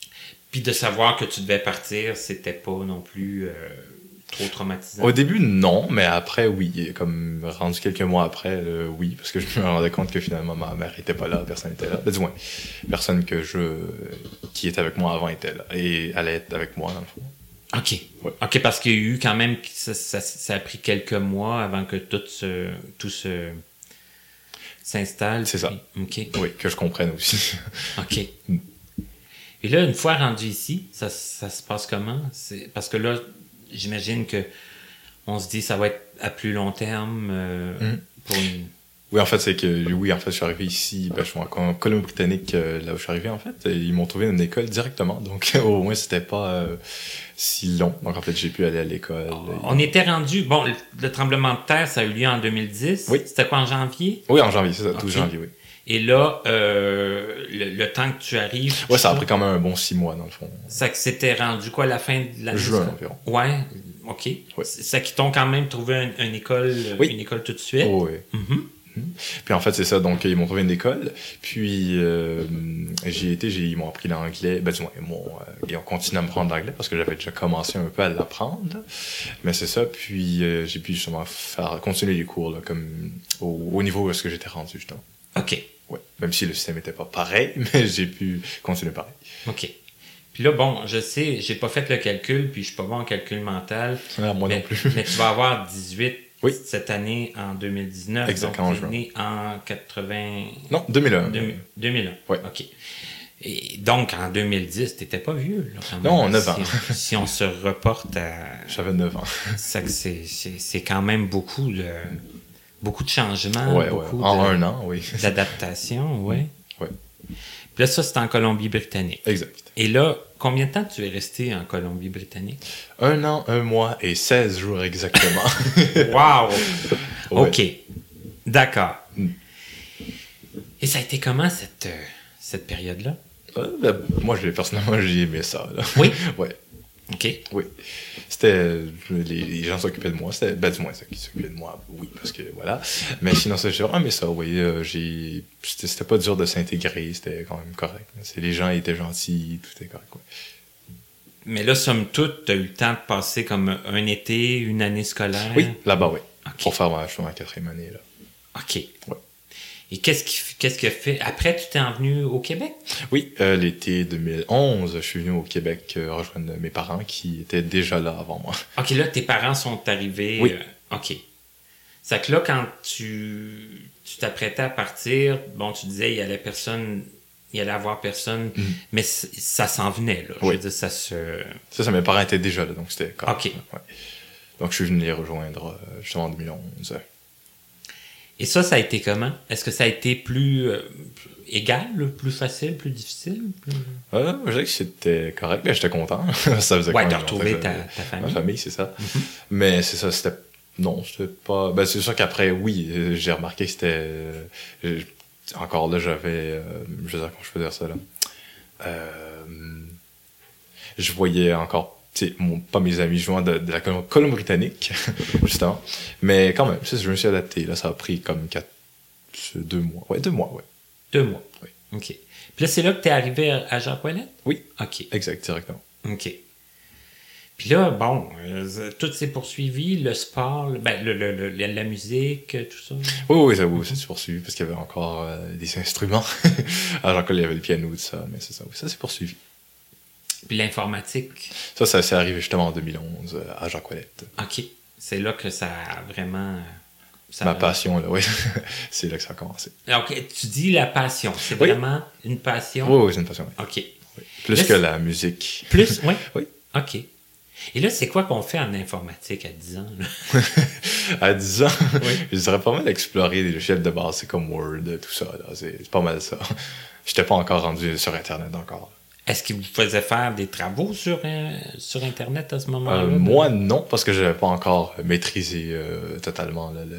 [SPEAKER 2] Puis Puis de savoir que tu devais partir, c'était pas non plus euh, trop traumatisant.
[SPEAKER 3] Au début, non, mais après, oui. Et Comme rendu quelques mois après, euh, oui, parce que je me rendais compte que finalement ma mère était pas là, personne n'était là. Ben, du moins, personne que je qui était avec moi avant était là et allait être avec moi dans le fond.
[SPEAKER 2] OK.
[SPEAKER 3] Ouais.
[SPEAKER 2] OK, parce qu'il y a eu quand même, ça, ça- ça a pris quelques mois avant que tout se, tout se s'installe.
[SPEAKER 3] C'est ça.
[SPEAKER 2] puis- OK.
[SPEAKER 3] Oui, que je comprenne aussi.
[SPEAKER 2] OK. Et là, une fois rendu ici, ça, ça se passe comment? C'est- Parce que là, j'imagine que on se dit ça va être à plus long terme euh,
[SPEAKER 3] Mhm.
[SPEAKER 2] pour une...
[SPEAKER 3] Oui, en fait, c'est que oui, en fait, je suis arrivé ici, ben, je suis en Colombie-Britannique, euh, là où je suis arrivé, en fait, et ils m'ont trouvé une école directement, donc au moins, c'était pas euh, si long. Donc, en fait, j'ai pu aller à l'école.
[SPEAKER 2] On était rendu... Bon, le, le tremblement de terre, ça a eu lieu en 2010.
[SPEAKER 3] Oui.
[SPEAKER 2] C'était quoi, en janvier?
[SPEAKER 3] Oui, en janvier, c'est ça,
[SPEAKER 2] Ok.
[SPEAKER 3] 12 janvier, oui.
[SPEAKER 2] Et là, euh, le, le temps que tu arrives...
[SPEAKER 3] Ouais, ça a pris quand même un bon six mois, dans le fond.
[SPEAKER 2] Ça que c'était rendu quoi, la fin de l'année?
[SPEAKER 3] Juin,
[SPEAKER 2] ça?
[SPEAKER 3] environ.
[SPEAKER 2] Ouais, OK.
[SPEAKER 3] Ouais.
[SPEAKER 2] C'est- Ça qui t'ont quand même trouvé un- une école, euh,
[SPEAKER 3] Oui.
[SPEAKER 2] une école tout de suite.
[SPEAKER 3] Oh, oui.
[SPEAKER 2] Mhm.
[SPEAKER 3] Puis en fait, c'est ça. Donc, ils m'ont trouvé une école. Puis, euh, j'y ai été, j'ai- ils m'ont appris l'anglais. Ben, du moins, ils m'ont, euh, ils ont continué à me prendre l'anglais parce que j'avais déjà commencé un peu à l'apprendre. Mais c'est ça. Puis, euh, j'ai pu justement faire, continuer les cours, là, comme au, au niveau où est-ce que j'étais rendu, justement.
[SPEAKER 2] OK.
[SPEAKER 3] Ouais. Même si le système n'était pas pareil, mais j'ai pu continuer pareil.
[SPEAKER 2] OK. Puis là, bon, je sais, j'ai pas fait le calcul, puis je suis pas bon en calcul mental.
[SPEAKER 3] Ah, moi
[SPEAKER 2] mais,
[SPEAKER 3] non plus.
[SPEAKER 2] mais tu vas avoir 18
[SPEAKER 3] Oui.
[SPEAKER 2] cette année en 2019.
[SPEAKER 3] Exactement,
[SPEAKER 2] Donc,
[SPEAKER 3] en
[SPEAKER 2] t'es né en 80...
[SPEAKER 3] Non, 2001.
[SPEAKER 2] 2000 2001.
[SPEAKER 3] Ouais.
[SPEAKER 2] OK. Et donc, en 2010, t'étais pas vieux, là, quand même.
[SPEAKER 3] Non, neuf ans.
[SPEAKER 2] Si, si on se reporte à...
[SPEAKER 3] J'avais 9 ans.
[SPEAKER 2] ça que c'est- C'est c'est quand même beaucoup de, beaucoup de changements,
[SPEAKER 3] ouais, ouais.
[SPEAKER 2] Ah, beaucoup
[SPEAKER 3] En
[SPEAKER 2] de-
[SPEAKER 3] un an, oui.
[SPEAKER 2] d'adaptations, ouais.
[SPEAKER 3] Ouais.
[SPEAKER 2] Puis là, ça, c'est en Colombie-Britannique.
[SPEAKER 3] Exact.
[SPEAKER 2] Et là, combien de temps tu es resté en Colombie-Britannique?
[SPEAKER 3] Un an, un mois et 16 jours exactement.
[SPEAKER 2] Wow!
[SPEAKER 3] Ouais.
[SPEAKER 2] OK. D'accord.
[SPEAKER 3] Mm.
[SPEAKER 2] Et ça a été comment, cette, euh, cette période-là?
[SPEAKER 3] Euh, ben, moi, j'ai- personnellement, j'ai aimé ça. Là.
[SPEAKER 2] Oui.
[SPEAKER 3] ouais,
[SPEAKER 2] OK.
[SPEAKER 3] oui. C'était. euh, Les, les gens s'occupaient de moi. C'était, ben, du moins, ceux qui s'occupaient de moi, oui, parce que voilà. Mais sinon, ça, j'ai vraiment aimé ça. Oui, euh, j'ai, c'était, c'était pas dur de s'intégrer. C'était quand même correct. C'est, les gens étaient gentils, tout est correct. ouais.
[SPEAKER 2] Mais là, somme toute, tu as eu le temps de passer comme un été, une année scolaire.
[SPEAKER 3] Oui, là-bas, oui.
[SPEAKER 2] Ok.
[SPEAKER 3] Pour faire ma, je suis en quatrième année. Là.
[SPEAKER 2] OK.
[SPEAKER 3] Ouais.
[SPEAKER 2] Et qu'est-ce qui, f- qu'est-ce qui a fait? Après, tu t'es envenu au Québec?
[SPEAKER 3] Oui, euh, l'été 2011, je suis venu au Québec euh, rejoindre mes parents qui étaient déjà là avant moi.
[SPEAKER 2] OK, là, tes parents sont arrivés.
[SPEAKER 3] Oui.
[SPEAKER 2] euh, OK. C'est que là, quand tu tu t'apprêtais à partir, bon, tu disais, il y allait personne, il y allait avoir personne, mais c- ça s'en venait, là. Je
[SPEAKER 3] Oui.
[SPEAKER 2] veux dire, ça se.
[SPEAKER 3] Ça, ça, mes parents étaient déjà là, donc c'était correct.
[SPEAKER 2] Ok.
[SPEAKER 3] ouais. Donc, je suis venu les rejoindre euh, justement en 2011.
[SPEAKER 2] Et ça, ça a été comment? Est-ce que ça a été plus, euh, plus égal, là, plus facile, plus difficile? plus-
[SPEAKER 3] Euh, je dirais que c'était correct, mais j'étais content. ça faisait
[SPEAKER 2] Ouais,
[SPEAKER 3] quand
[SPEAKER 2] de
[SPEAKER 3] même
[SPEAKER 2] retrouver
[SPEAKER 3] longtemps que
[SPEAKER 2] ta-
[SPEAKER 3] j'avais-
[SPEAKER 2] ta famille. Mm-hmm.
[SPEAKER 3] Ma famille, c'est euh, ça. mais c'est ça, c'était. Non, c'était pas. Ben, c'est sûr qu'après, oui, euh, j'ai remarqué que c'était. euh, j'ai- Encore là, j'avais. euh, Je veux dire, comment je peux dire ça, là. Euh, Je voyais encore. tu sais, Mon, pas mes amis jouant de, de la Colom- Colombie-Britannique, justement. Mais quand même, tu sais, je me suis adapté. Là, ça a pris comme quatre, deux mois. Ouais, deux mois, ouais.
[SPEAKER 2] Deux mois.
[SPEAKER 3] Oui.
[SPEAKER 2] OK. Puis là, c'est là que tu es arrivé à, à Jacques-Ouellet?
[SPEAKER 3] Oui,
[SPEAKER 2] OK.
[SPEAKER 3] exact, directement.
[SPEAKER 2] OK. Puis là, bon, euh, tout s'est poursuivi, le sport, le- ben, le- le- le- la la musique, euh, tout ça.
[SPEAKER 3] Oui, oui, ça, oui, ça s'est poursuivi parce qu'il y avait encore euh, des instruments. Alors qu'il y avait le piano, tout ça, mais c'est ça, oui, ça s'est poursuivi.
[SPEAKER 2] Puis l'informatique.
[SPEAKER 3] Ça, ça s'est arrivé justement en 2011 euh, à Jacques Ouellette.
[SPEAKER 2] OK. C'est là que ça a vraiment. euh, ça
[SPEAKER 3] Ma
[SPEAKER 2] a-
[SPEAKER 3] passion, là, oui, c'est là que ça a commencé.
[SPEAKER 2] OK. Tu dis la passion. C'est
[SPEAKER 3] Oui.
[SPEAKER 2] vraiment une passion.
[SPEAKER 3] Oui, oui, c'est une passion. oui.
[SPEAKER 2] OK.
[SPEAKER 3] Plus
[SPEAKER 2] Là,
[SPEAKER 3] que
[SPEAKER 2] c'est-
[SPEAKER 3] la musique.
[SPEAKER 2] Plus, oui.
[SPEAKER 3] Oui.
[SPEAKER 2] OK. Et là, c'est quoi qu'on fait en informatique à 10 ans? là?
[SPEAKER 3] À 10 ans,
[SPEAKER 2] Oui.
[SPEAKER 3] je dirais pas mal explorer des logiciels de base, c'est comme Word, tout ça, là, c'est c'est pas mal ça. J'étais pas encore rendu sur Internet encore.
[SPEAKER 2] Est-ce qu'ils vous faisaient faire des travaux sur, euh, sur Internet à ce moment-là?
[SPEAKER 3] Euh, moi, non, parce que j'avais pas encore maîtrisé euh, totalement là, le-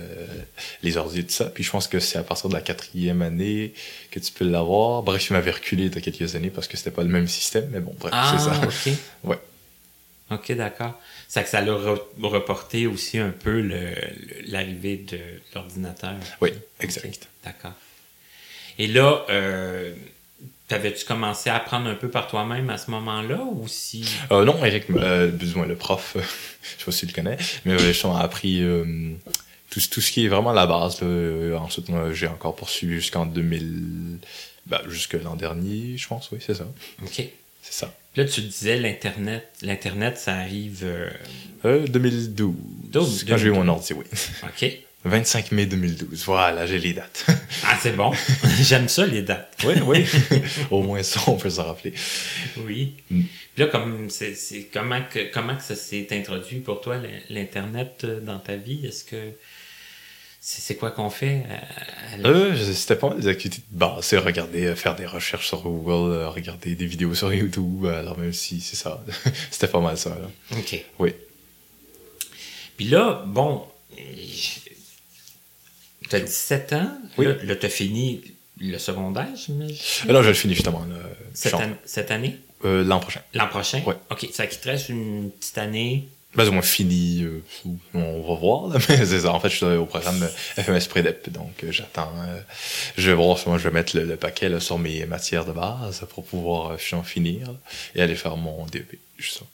[SPEAKER 3] les ordi et tout ça. Puis je pense que c'est à partir de la quatrième année que tu peux l'avoir. Bref, je m'avais reculé de quelques années parce que c'était pas le même système, mais bon, bref,
[SPEAKER 2] Ah,
[SPEAKER 3] c'est ça.
[SPEAKER 2] OK.
[SPEAKER 3] Ouais.
[SPEAKER 2] OK, d'accord. C'est que ça l'a re- reporté aussi un peu le- le- l'arrivée de l'ordinateur.
[SPEAKER 3] Oui, exact.
[SPEAKER 2] Ok, D'accord. Et là, euh, T'avais-tu commencé à apprendre un peu par toi-même à ce moment-là ou si.
[SPEAKER 3] Euh, non, Eric, euh, du moins le prof, je sais pas si tu le connais, mais euh, je m'a appris euh, tout, tout ce qui est vraiment la base. là. euh, Ensuite, moi, j'ai encore poursuivi jusqu'en 2000, bah, jusque l'an dernier, je pense, oui, c'est ça.
[SPEAKER 2] OK.
[SPEAKER 3] C'est ça.
[SPEAKER 2] Là, tu disais l'Internet. L'Internet, ça arrive. euh,
[SPEAKER 3] Euh, 2012.
[SPEAKER 2] Douze,
[SPEAKER 3] quand j'ai eu mon ordi, oui.
[SPEAKER 2] OK.
[SPEAKER 3] 25 mai 2012. Voilà, j'ai les dates.
[SPEAKER 2] Ah, c'est bon. J'aime ça, les dates.
[SPEAKER 3] oui, oui. Au moins ça, on peut se rappeler.
[SPEAKER 2] Oui.
[SPEAKER 3] Mm.
[SPEAKER 2] Puis là, comme c'est, c'est- comment, que, comment que ça s'est introduit pour toi, l'in- l'Internet, euh, dans ta vie? Est-ce que. C'est, c'est quoi qu'on fait? à- à la-
[SPEAKER 3] Euh, je- c'était pas mal des activités de base. C'est regarder, euh, faire des recherches sur Google, euh, regarder des vidéos sur YouTube. euh, Alors même si c'est ça, c'était pas mal ça. là.
[SPEAKER 2] OK.
[SPEAKER 3] Oui.
[SPEAKER 2] Puis là, bon, je- t'as 17 ans.
[SPEAKER 3] Oui. Euh,
[SPEAKER 2] Là, là, t'as fini le secondaire, j'imagine,
[SPEAKER 3] Alors je le finis justement. là.
[SPEAKER 2] cette,
[SPEAKER 3] Je suis en-
[SPEAKER 2] an- cette année?
[SPEAKER 3] euh, l'an prochain.
[SPEAKER 2] L'an prochain?
[SPEAKER 3] Ouais.
[SPEAKER 2] OK, ça qui te reste une petite année.
[SPEAKER 3] Ben, au moins fini. euh, on va voir. là, mais c'est ça. En fait, je suis au programme euh, FMS Prédep. Donc euh, j'attends. euh, je vais voir si moi je vais mettre le, le paquet là, sur mes matières de base pour pouvoir euh, en finir là, et aller faire mon E DEP. Juste ça.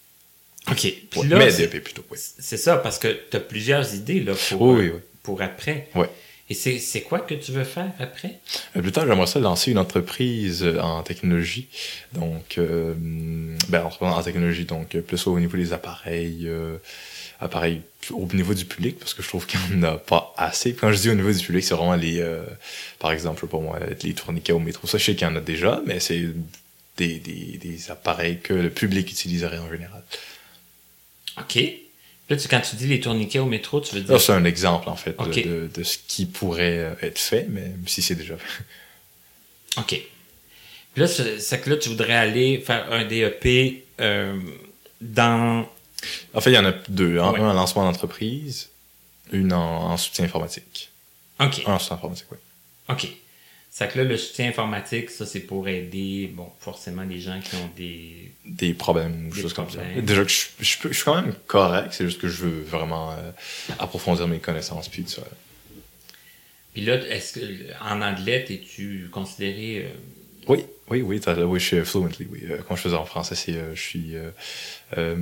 [SPEAKER 2] OK. Puis
[SPEAKER 3] Ouais,
[SPEAKER 2] là,
[SPEAKER 3] mais
[SPEAKER 2] c'est-
[SPEAKER 3] DEP plutôt. Oui.
[SPEAKER 2] c'est ça, parce que t'as plusieurs idées là, pour,
[SPEAKER 3] Oui, oui,
[SPEAKER 2] euh,
[SPEAKER 3] oui.
[SPEAKER 2] pour après.
[SPEAKER 3] Ouais.
[SPEAKER 2] Et c'est c'est quoi que tu veux faire après?
[SPEAKER 3] Euh, Plus tard, j'aimerais ça lancer une entreprise euh, en technologie. Donc, euh, ben, entreprise en technologie, donc euh, plus au niveau des appareils, euh, appareils au niveau du public, parce que je trouve qu'il n'y en a pas assez. Quand je dis au niveau du public, c'est vraiment les, euh, par exemple, pour moi, les tourniquets au métro. Ça, je sais qu'il y en a déjà, mais c'est des, des, des appareils que le public utiliserait en général.
[SPEAKER 2] OK. Là, tu, quand tu dis les tourniquets au métro, tu veux dire.
[SPEAKER 3] Là, c'est un exemple, en fait, de-
[SPEAKER 2] Ok.
[SPEAKER 3] de, de ce qui pourrait euh, être fait, mais si c'est déjà fait.
[SPEAKER 2] OK. Puis là, c'est c'est que là, tu voudrais aller faire un DEP euh, dans
[SPEAKER 3] En fait, il y en a deux. Un,
[SPEAKER 2] Ouais.
[SPEAKER 3] un en lancement d'entreprise, une en, en soutien informatique.
[SPEAKER 2] OK.
[SPEAKER 3] Un en soutien informatique, oui.
[SPEAKER 2] OK. C'est que là, le soutien informatique, ça, c'est pour aider, bon, forcément, les gens qui ont des.
[SPEAKER 3] Des problèmes ou
[SPEAKER 2] Des
[SPEAKER 3] choses comme ça.
[SPEAKER 2] problèmes.
[SPEAKER 3] Déjà que je, je peux- je suis quand même correct, c'est juste que je veux vraiment euh, approfondir mes connaissances puis tout ça.
[SPEAKER 2] Puis là, est-ce que en anglais, es-tu considéré. euh,
[SPEAKER 3] Oui, oui, oui, t'as- oui, je suis fluently, oui. Euh, Quand je faisais en français, c'est, euh, je suis... euh, euh,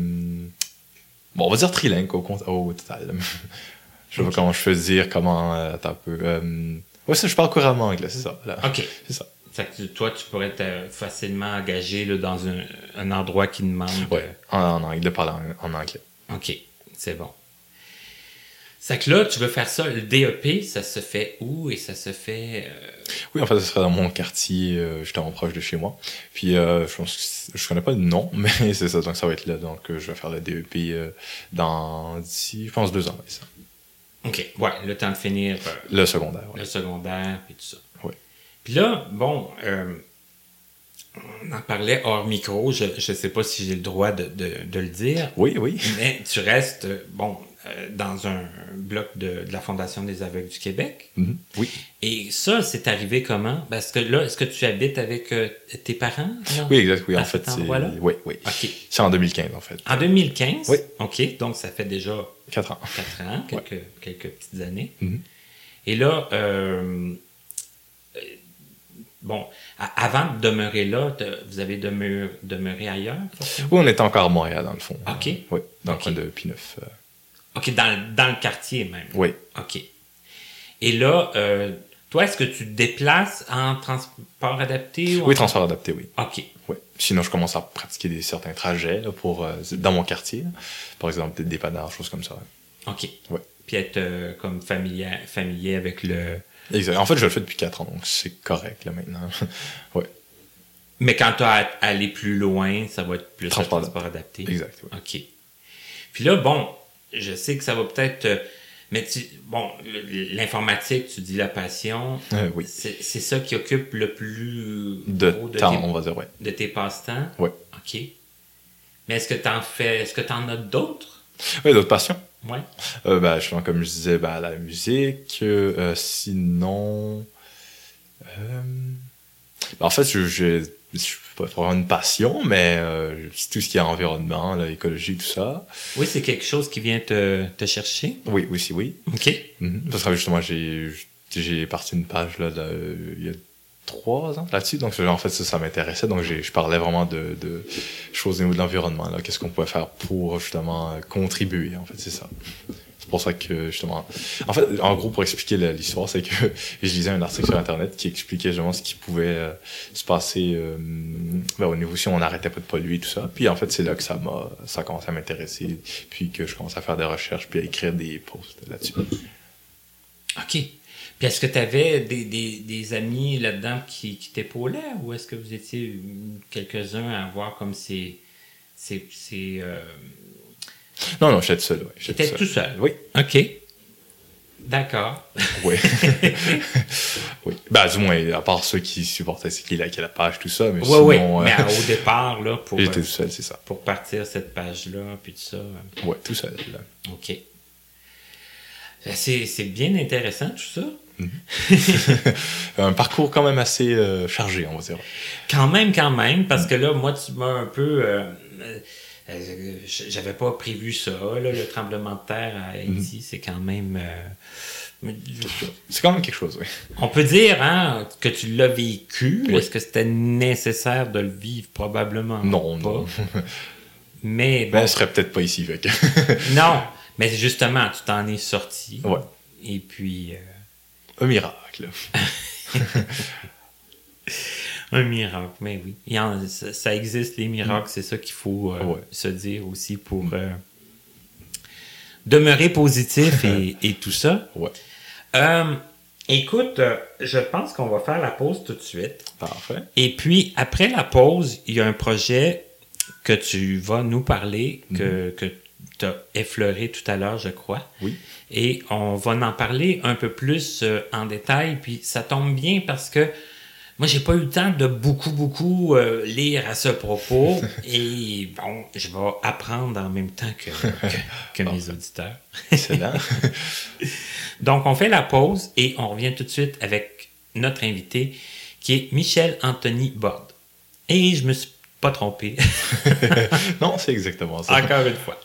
[SPEAKER 3] bon, on va dire trilingue au, compte- au total. je sais pas comment je peux dire, comment... Euh, attends un peu. euh, ouais, ça, je parle couramment anglais, c'est ça. là.
[SPEAKER 2] OK.
[SPEAKER 3] C'est ça.
[SPEAKER 2] Fait que tu- toi, tu pourrais te facilement engagé là, dans un, un endroit qui demande.
[SPEAKER 3] Ouais, en, en anglais, de parler en- en anglais.
[SPEAKER 2] OK. C'est bon. C'est que là, tu veux faire ça. Le DEP, ça se fait où et ça se fait. euh,
[SPEAKER 3] Oui, en fait, ce serait dans mon quartier, euh, justement proche de chez moi. Puis, euh, je pense que c'est- je connais pas le nom, mais c'est ça, donc ça va être là. Donc, euh, je vais faire la DEP euh, dans, d'ici, je pense, deux ans, c'est ça.
[SPEAKER 2] OK. Ouais, le temps de finir. euh,
[SPEAKER 3] Le secondaire, ouais.
[SPEAKER 2] le secondaire et tout ça.
[SPEAKER 3] Ouais.
[SPEAKER 2] Puis là, bon, euh, on en parlait hors micro, je ne sais pas si j'ai le droit de, de- de le dire,
[SPEAKER 3] Oui, oui.
[SPEAKER 2] mais tu restes, euh, bon, euh, dans un bloc de, de la Fondation des aveugles du Québec.
[SPEAKER 3] Mhm. Oui.
[SPEAKER 2] Et ça, c'est arrivé comment? Parce que là, est-ce que tu habites avec euh, tes parents? là?
[SPEAKER 3] Oui, exact, oui,
[SPEAKER 2] À
[SPEAKER 3] en fait,
[SPEAKER 2] cet
[SPEAKER 3] c'est.
[SPEAKER 2] endroit-là?
[SPEAKER 3] Oui, oui.
[SPEAKER 2] Ah. OK.
[SPEAKER 3] C'est en 2015, en fait.
[SPEAKER 2] En 2015?
[SPEAKER 3] Oui.
[SPEAKER 2] OK, donc ça fait déjà
[SPEAKER 3] Quatre ans.
[SPEAKER 2] quatre ans, quelques, quelques petites années.
[SPEAKER 3] Mhm.
[SPEAKER 2] Et là, euh, euh, bon, a- avant de demeurer là, te- vous avez demeur- demeuré ailleurs? forcément?
[SPEAKER 3] Oui, on est encore à Montréal, dans le fond.
[SPEAKER 2] OK.
[SPEAKER 3] Oui, dans
[SPEAKER 2] OK.
[SPEAKER 3] le coin de Pineuf. euh,
[SPEAKER 2] OK, dans, le- dans le quartier même.
[SPEAKER 3] oui.
[SPEAKER 2] OK. Et là, euh, toi, est-ce que tu te déplaces en transport adapté? Ou en-
[SPEAKER 3] Oui, transport adapté, oui.
[SPEAKER 2] OK.
[SPEAKER 3] Ouais. Sinon, je commence à pratiquer des, certains trajets là, pour, euh, dans mon quartier. là. Par exemple, des dépannages, choses comme ça.
[SPEAKER 2] OK.
[SPEAKER 3] Ouais.
[SPEAKER 2] Puis être euh, comme familier, familier avec le...
[SPEAKER 3] Exact. En fait, je le fais depuis 4 ans, donc c'est correct là maintenant. ouais,
[SPEAKER 2] Mais quand tu as à aller plus loin, ça va être plus le
[SPEAKER 3] Transport
[SPEAKER 2] transport adapté.
[SPEAKER 3] exact. ouais.
[SPEAKER 2] OK. Puis là, bon, je sais que ça va peut-être. euh, Mais tu, bon, le- l'informatique, tu dis la passion.
[SPEAKER 3] Euh, oui.
[SPEAKER 2] C'est c'est ça qui occupe le plus
[SPEAKER 3] De
[SPEAKER 2] gros
[SPEAKER 3] temps,
[SPEAKER 2] tes,
[SPEAKER 3] on va dire, ouais.
[SPEAKER 2] de tes passe-temps.
[SPEAKER 3] Ouais.
[SPEAKER 2] OK. Mais est-ce que t'en fais. Est-ce que t'en as d'autres?
[SPEAKER 3] Ouais, d'autres passions.
[SPEAKER 2] Ouais.
[SPEAKER 3] Euh, bah, je, comme je disais, bah, la musique. euh, euh, sinon. euh, bah, en fait, je. je je suis pas vraiment une passion, mais euh, c'est tout ce qui est environnement, là, écologie, tout ça.
[SPEAKER 2] Oui, c'est quelque chose qui vient te, te chercher.
[SPEAKER 3] Oui, oui, si, oui.
[SPEAKER 2] OK.
[SPEAKER 3] Mhm. Parce que justement, j'ai j'ai parti une page là, de- il y a trois ans là-dessus. Donc, en fait, ça, ça m'intéressait. Donc, j'ai- je parlais vraiment de, de choses au niveau de l'environnement. là. Qu'est-ce qu'on pouvait faire pour justement euh, contribuer, en fait, c'est ça. C'est pour ça que justement. En fait, en gros, pour expliquer la- l'histoire, c'est que je lisais un article sur Internet qui expliquait justement ce qui pouvait euh, se passer euh, ben, au niveau si on n'arrêtait pas de polluer, tout ça. Puis, en fait, c'est là que ça m'a, ça a commencé à m'intéresser. Puis que je commence à faire des recherches, puis à écrire des posts là-dessus.
[SPEAKER 2] OK. Puis est-ce que tu avais des, des- des amis là-dedans qui, qui t'épaulaient ou est-ce que vous étiez quelques-uns à avoir comme ces. ces, ces, euh,
[SPEAKER 3] Non, non, j'étais tout seul. Ouais, j'étais
[SPEAKER 2] T'étais tout seul.
[SPEAKER 3] Oui.
[SPEAKER 2] OK. D'accord.
[SPEAKER 3] Oui. oui. Bah, du moins, à part ceux qui supportaient, c'est qui likaient la page, tout ça. Mais
[SPEAKER 2] Oui,
[SPEAKER 3] sinon,
[SPEAKER 2] oui.
[SPEAKER 3] euh,
[SPEAKER 2] Mais au départ, là, pour,
[SPEAKER 3] j'étais
[SPEAKER 2] euh,
[SPEAKER 3] tout seul, c'est ça.
[SPEAKER 2] pour partir cette page-là, puis tout ça. euh,
[SPEAKER 3] Ouais, tout seul.
[SPEAKER 2] OK. Ben, C'est c'est bien intéressant tout ça.
[SPEAKER 3] Un parcours quand même assez euh, chargé, on va dire.
[SPEAKER 2] Quand même, quand même, parce que là, moi, tu m'as un peu. euh, euh, euh, j- J'avais pas prévu ça. Là, le tremblement de terre à
[SPEAKER 3] Mhm.
[SPEAKER 2] Haïti, c'est quand même. euh,
[SPEAKER 3] C'est quand même quelque chose, oui.
[SPEAKER 2] on peut dire hein, que tu l'as vécu.
[SPEAKER 3] Oui.
[SPEAKER 2] Est-ce que c'était nécessaire de le vivre Probablement.
[SPEAKER 3] Non,
[SPEAKER 2] pas.
[SPEAKER 3] non. Ben,
[SPEAKER 2] Mais
[SPEAKER 3] Mais
[SPEAKER 2] bon,
[SPEAKER 3] on serait peut-être pas ici, avec.
[SPEAKER 2] non. Mais justement, tu t'en es sorti.
[SPEAKER 3] ouais.
[SPEAKER 2] Et puis. euh,
[SPEAKER 3] Un miracle.
[SPEAKER 2] Un miracle, mais oui. Il y en- ça, ça existe, les miracles, c'est ça qu'il faut euh,
[SPEAKER 3] Ouais.
[SPEAKER 2] se dire aussi pour euh, demeurer positif et, et tout ça.
[SPEAKER 3] Ouais.
[SPEAKER 2] Euh, écoute, euh, je pense qu'on va faire la pause tout de suite.
[SPEAKER 3] Parfait.
[SPEAKER 2] Et puis, après la pause, il y a un projet que tu vas nous parler, que, que tu as effleuré tout à l'heure, je crois.
[SPEAKER 3] Oui.
[SPEAKER 2] Et on va en parler un peu plus euh, en détail. Puis ça tombe bien parce que moi, j'ai pas eu le temps de beaucoup, beaucoup euh, lire à ce propos. et bon, je vais apprendre en même temps que, que, que mes auditeurs.
[SPEAKER 3] Excellent.
[SPEAKER 2] Donc, on fait la pause et on revient tout de suite avec notre invité qui est Michel Anthony Borde. Et je me suis pas trompé,
[SPEAKER 3] non, c'est exactement ça.
[SPEAKER 2] encore une fois.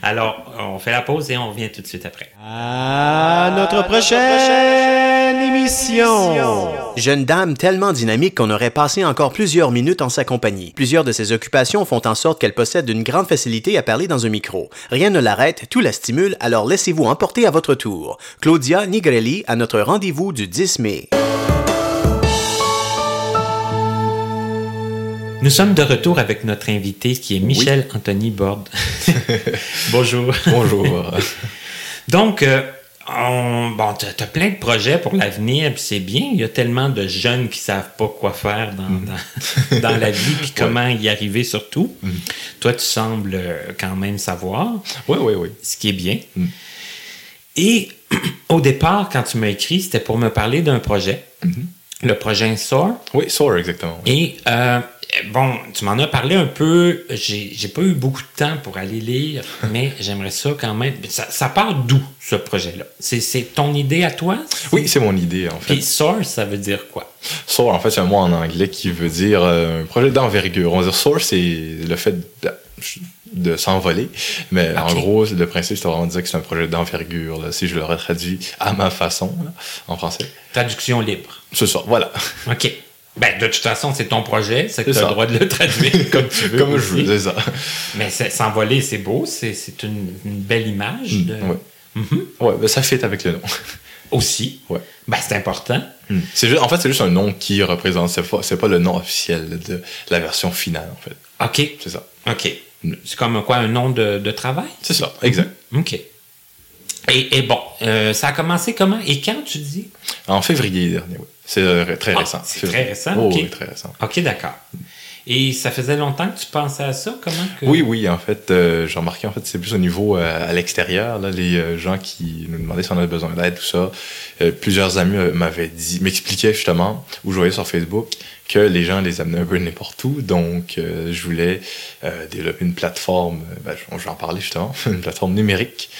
[SPEAKER 2] Alors, on fait la pause et on revient tout de suite après.
[SPEAKER 1] À notre prochaine émission. Jeune dame tellement dynamique qu'on aurait passé encore plusieurs minutes en sa compagnie. Plusieurs de ses occupations font en sorte qu'elle possède une grande facilité à parler dans un micro. Rien ne l'arrête, tout la stimule, alors laissez-vous emporter à votre tour. Claudia Nigrelli à notre rendez-vous du 10 mai.
[SPEAKER 2] Nous sommes de retour avec notre invité qui est Michel Anthony Borde. Bonjour.
[SPEAKER 3] Bonjour.
[SPEAKER 2] Donc, euh, on- bon, tu as plein de projets pour l'avenir, puis c'est bien. Il y a tellement de jeunes qui savent pas quoi faire dans, dans, dans la vie, puis comment y arriver surtout. Toi, tu sembles euh, quand même savoir,
[SPEAKER 3] Oui, oui, oui.
[SPEAKER 2] ce qui est bien. Et au départ, quand tu m'as écrit, c'était pour me parler d'un projet, le projet SOAR.
[SPEAKER 3] Oui, sort, exactement. oui.
[SPEAKER 2] Et euh, bon, tu m'en as parlé un peu. J'ai j'ai pas eu beaucoup de temps pour aller lire, mais j'aimerais ça quand même. Ça, ça part d'où ce projet-là C'est- C'est ton idée à toi
[SPEAKER 3] Oui, c'est mon idée, en fait.
[SPEAKER 2] Puis source, ça veut dire quoi
[SPEAKER 3] Soar, en fait, c'est un mot en anglais qui veut dire euh, un projet d'envergure. On va dire soar, c'est le fait de, de s'envoler. Mais en
[SPEAKER 2] Ok.
[SPEAKER 3] gros, le principe, c'est vraiment de dire que c'est un projet d'envergure, là, si je l'aurais traduit à ma façon, là, en français.
[SPEAKER 2] Traduction libre.
[SPEAKER 3] Ce soir, voilà.
[SPEAKER 2] Ok. Ben de toute façon, c'est ton projet, c'est que tu
[SPEAKER 3] C'est
[SPEAKER 2] as
[SPEAKER 3] ça.
[SPEAKER 2] le droit de le traduire comme tu veux.
[SPEAKER 3] Comme je
[SPEAKER 2] aussi.
[SPEAKER 3] veux, c'est ça.
[SPEAKER 2] Mais c'est- s'envoler, c'est beau, c'est c'est une, une belle image. de-
[SPEAKER 3] Mm, Hmm.
[SPEAKER 2] Mhm.
[SPEAKER 3] Ouais. Ouais, ben, ça fit avec le nom.
[SPEAKER 2] Aussi.
[SPEAKER 3] Ouais.
[SPEAKER 2] Ben c'est important.
[SPEAKER 3] C'est juste, en fait, c'est juste un nom qui représente, c'est pas, c'est pas le nom officiel de la version finale, en fait.
[SPEAKER 2] Ok.
[SPEAKER 3] C'est ça.
[SPEAKER 2] Ok. C'est comme quoi un nom de- de travail
[SPEAKER 3] C'est ça, exact.
[SPEAKER 2] OK. Et, et bon, euh, ça a commencé comment et quand tu dis?
[SPEAKER 3] En février dernier, oui. C'est euh, très
[SPEAKER 2] Ah,
[SPEAKER 3] récent.
[SPEAKER 2] c'est très récent,
[SPEAKER 3] Oh,
[SPEAKER 2] ok.
[SPEAKER 3] oui, très récent.
[SPEAKER 2] OK, d'accord. Et ça faisait longtemps que tu pensais à ça? Comment que...
[SPEAKER 3] Oui, oui, en fait, euh, j'ai remarqué, en fait, c'est plus au niveau euh, à l'extérieur, là, les euh, gens qui nous demandaient si on avait besoin d'aide, tout ça. Euh, plusieurs amis euh, m'avaient dit, m'expliquaient justement, ou je voyais sur Facebook, que les gens les amenaient un peu n'importe où, donc euh, je voulais euh, développer une plateforme, euh, ben, j'en- j'en parlais justement, une plateforme numérique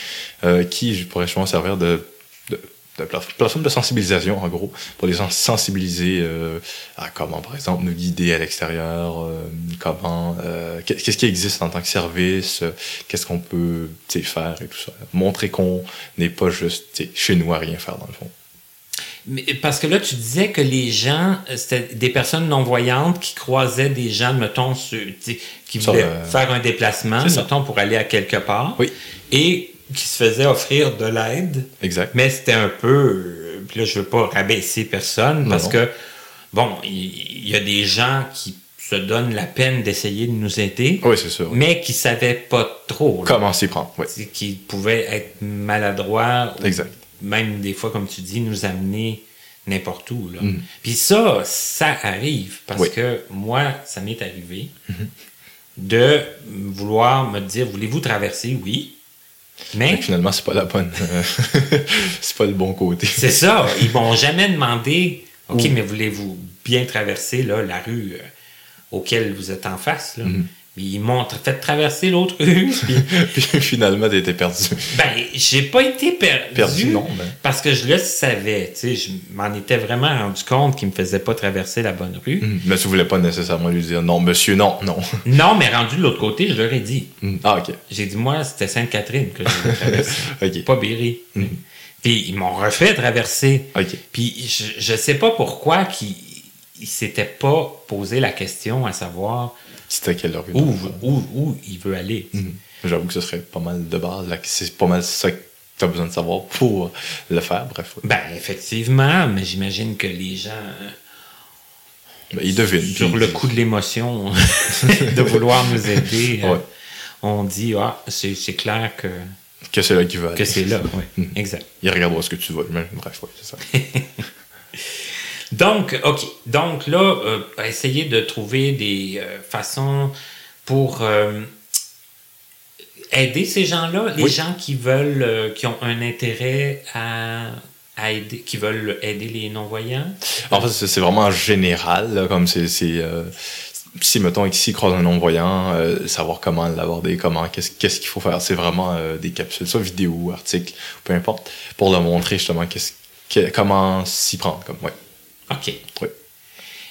[SPEAKER 3] euh, qui pourrait justement servir de, de, de plate- plateforme de sensibilisation, en gros, pour les gens sensibiliser euh, à comment, par exemple, nous guider à l'extérieur, euh, comment, euh, qu'est- qu'est-ce qui existe en tant que service, euh, qu'est-ce qu'on peut tu sais, faire et tout ça. Montrer qu'on n'est pas juste tu sais, chez nous à rien faire, dans le fond.
[SPEAKER 2] Mais- Parce que là, tu disais que les gens, euh, c'était des personnes non-voyantes qui croisaient des gens, mettons, sur- tu sais, qui
[SPEAKER 3] Sur
[SPEAKER 2] voulaient
[SPEAKER 3] le-
[SPEAKER 2] faire un déplacement,
[SPEAKER 3] C'est ça.
[SPEAKER 2] mettons, pour aller à quelque part,
[SPEAKER 3] Oui.
[SPEAKER 2] et qui se faisaient offrir de l'aide.
[SPEAKER 3] Exact.
[SPEAKER 2] Mais c'était un peu. euh, Puis là, je veux pas rabaisser personne
[SPEAKER 3] Non,
[SPEAKER 2] parce
[SPEAKER 3] non.
[SPEAKER 2] que, bon, il il y, a des gens qui se donnent la peine d'essayer de nous aider,
[SPEAKER 3] Oui, c'est sûr.
[SPEAKER 2] mais qui savaient pas trop. là.
[SPEAKER 3] Comment s'y prendre? Oui.
[SPEAKER 2] Tu sais, Qui pouvaient être maladroits. ou
[SPEAKER 3] Exact.
[SPEAKER 2] Même des fois, comme tu dis, nous amener n'importe où. Là. Puis ça, ça arrive parce
[SPEAKER 3] Mm. Oui. Mm-hmm.
[SPEAKER 2] que moi, ça m'est arrivé de vouloir me dire voulez-vous traverser Oui. Mais.
[SPEAKER 3] Fait que Finalement, c'est pas la bonne. euh, c'est pas le bon côté.
[SPEAKER 2] C'est ça. Ils m'ont jamais demandé OK,
[SPEAKER 3] Oui.
[SPEAKER 2] mais voulez-vous bien traverser là, la rue euh, auquel vous êtes en face? Là?
[SPEAKER 3] Mm-hmm.
[SPEAKER 2] Mais Ils m'ont tra- fait traverser l'autre rue. puis-
[SPEAKER 3] Puis finalement, t'étais perdu.
[SPEAKER 2] ben, j'ai pas été perdu.
[SPEAKER 3] Perdu, hein. non, mais-
[SPEAKER 2] Parce que je le savais. Tu sais, je m'en étais vraiment rendu compte qu'il me faisait pas traverser la bonne rue.
[SPEAKER 3] Mm. Mais tu voulais pas nécessairement lui dire non, monsieur, non, non.
[SPEAKER 2] Non, mais rendu de l'autre côté, je leur ai dit.
[SPEAKER 3] Mm. Ah, ok.
[SPEAKER 2] J'ai dit, moi, c'était Sainte-Catherine que je voulais traverser.
[SPEAKER 3] Ok. Mm.
[SPEAKER 2] Pas Berry. Puis ils m'ont refait traverser.
[SPEAKER 3] Ok.
[SPEAKER 2] Puis je- je sais pas pourquoi qu'ils ils s'étaient pas posé la question à savoir
[SPEAKER 3] C'était quelle rue?
[SPEAKER 2] où, où, où il veut aller.
[SPEAKER 3] Mm. J'avoue que ce serait pas mal de base. là, que C'est pas mal ça que t'as besoin de savoir pour le faire. Bref, ouais.
[SPEAKER 2] Ben, effectivement, mais j'imagine que les gens, euh,
[SPEAKER 3] Ben, il devine.
[SPEAKER 2] sur
[SPEAKER 3] puis-
[SPEAKER 2] le coup de l'émotion, de vouloir nous aider, euh,
[SPEAKER 3] Ouais.
[SPEAKER 2] on dit, ah, c'est c'est clair que,
[SPEAKER 3] Que c'est là qu'il veut aller.
[SPEAKER 2] que c'est là. Ouais, Exact.
[SPEAKER 3] Il regardera ce que tu veux. mais Bref, ouais, c'est ça.
[SPEAKER 2] Donc, OK. Donc là, euh, essayer de trouver des euh, façons pour euh, aider ces gens-là, les
[SPEAKER 3] Oui.
[SPEAKER 2] gens qui veulent, euh, qui ont un intérêt à, à aider, qui veulent aider les non-voyants.
[SPEAKER 3] En fait, c'est c'est vraiment général, là, comme c'est. c'est, euh, si, mettons, ici, croise un non-voyant, euh, savoir comment l'aborder, comment, qu'est-ce qu'est-ce qu'il faut faire. C'est vraiment euh, des capsules, soit vidéo, article, peu importe, pour leur montrer justement qu'est-ce que- comment s'y prendre. Comme, ouais.
[SPEAKER 2] OK.
[SPEAKER 3] Oui.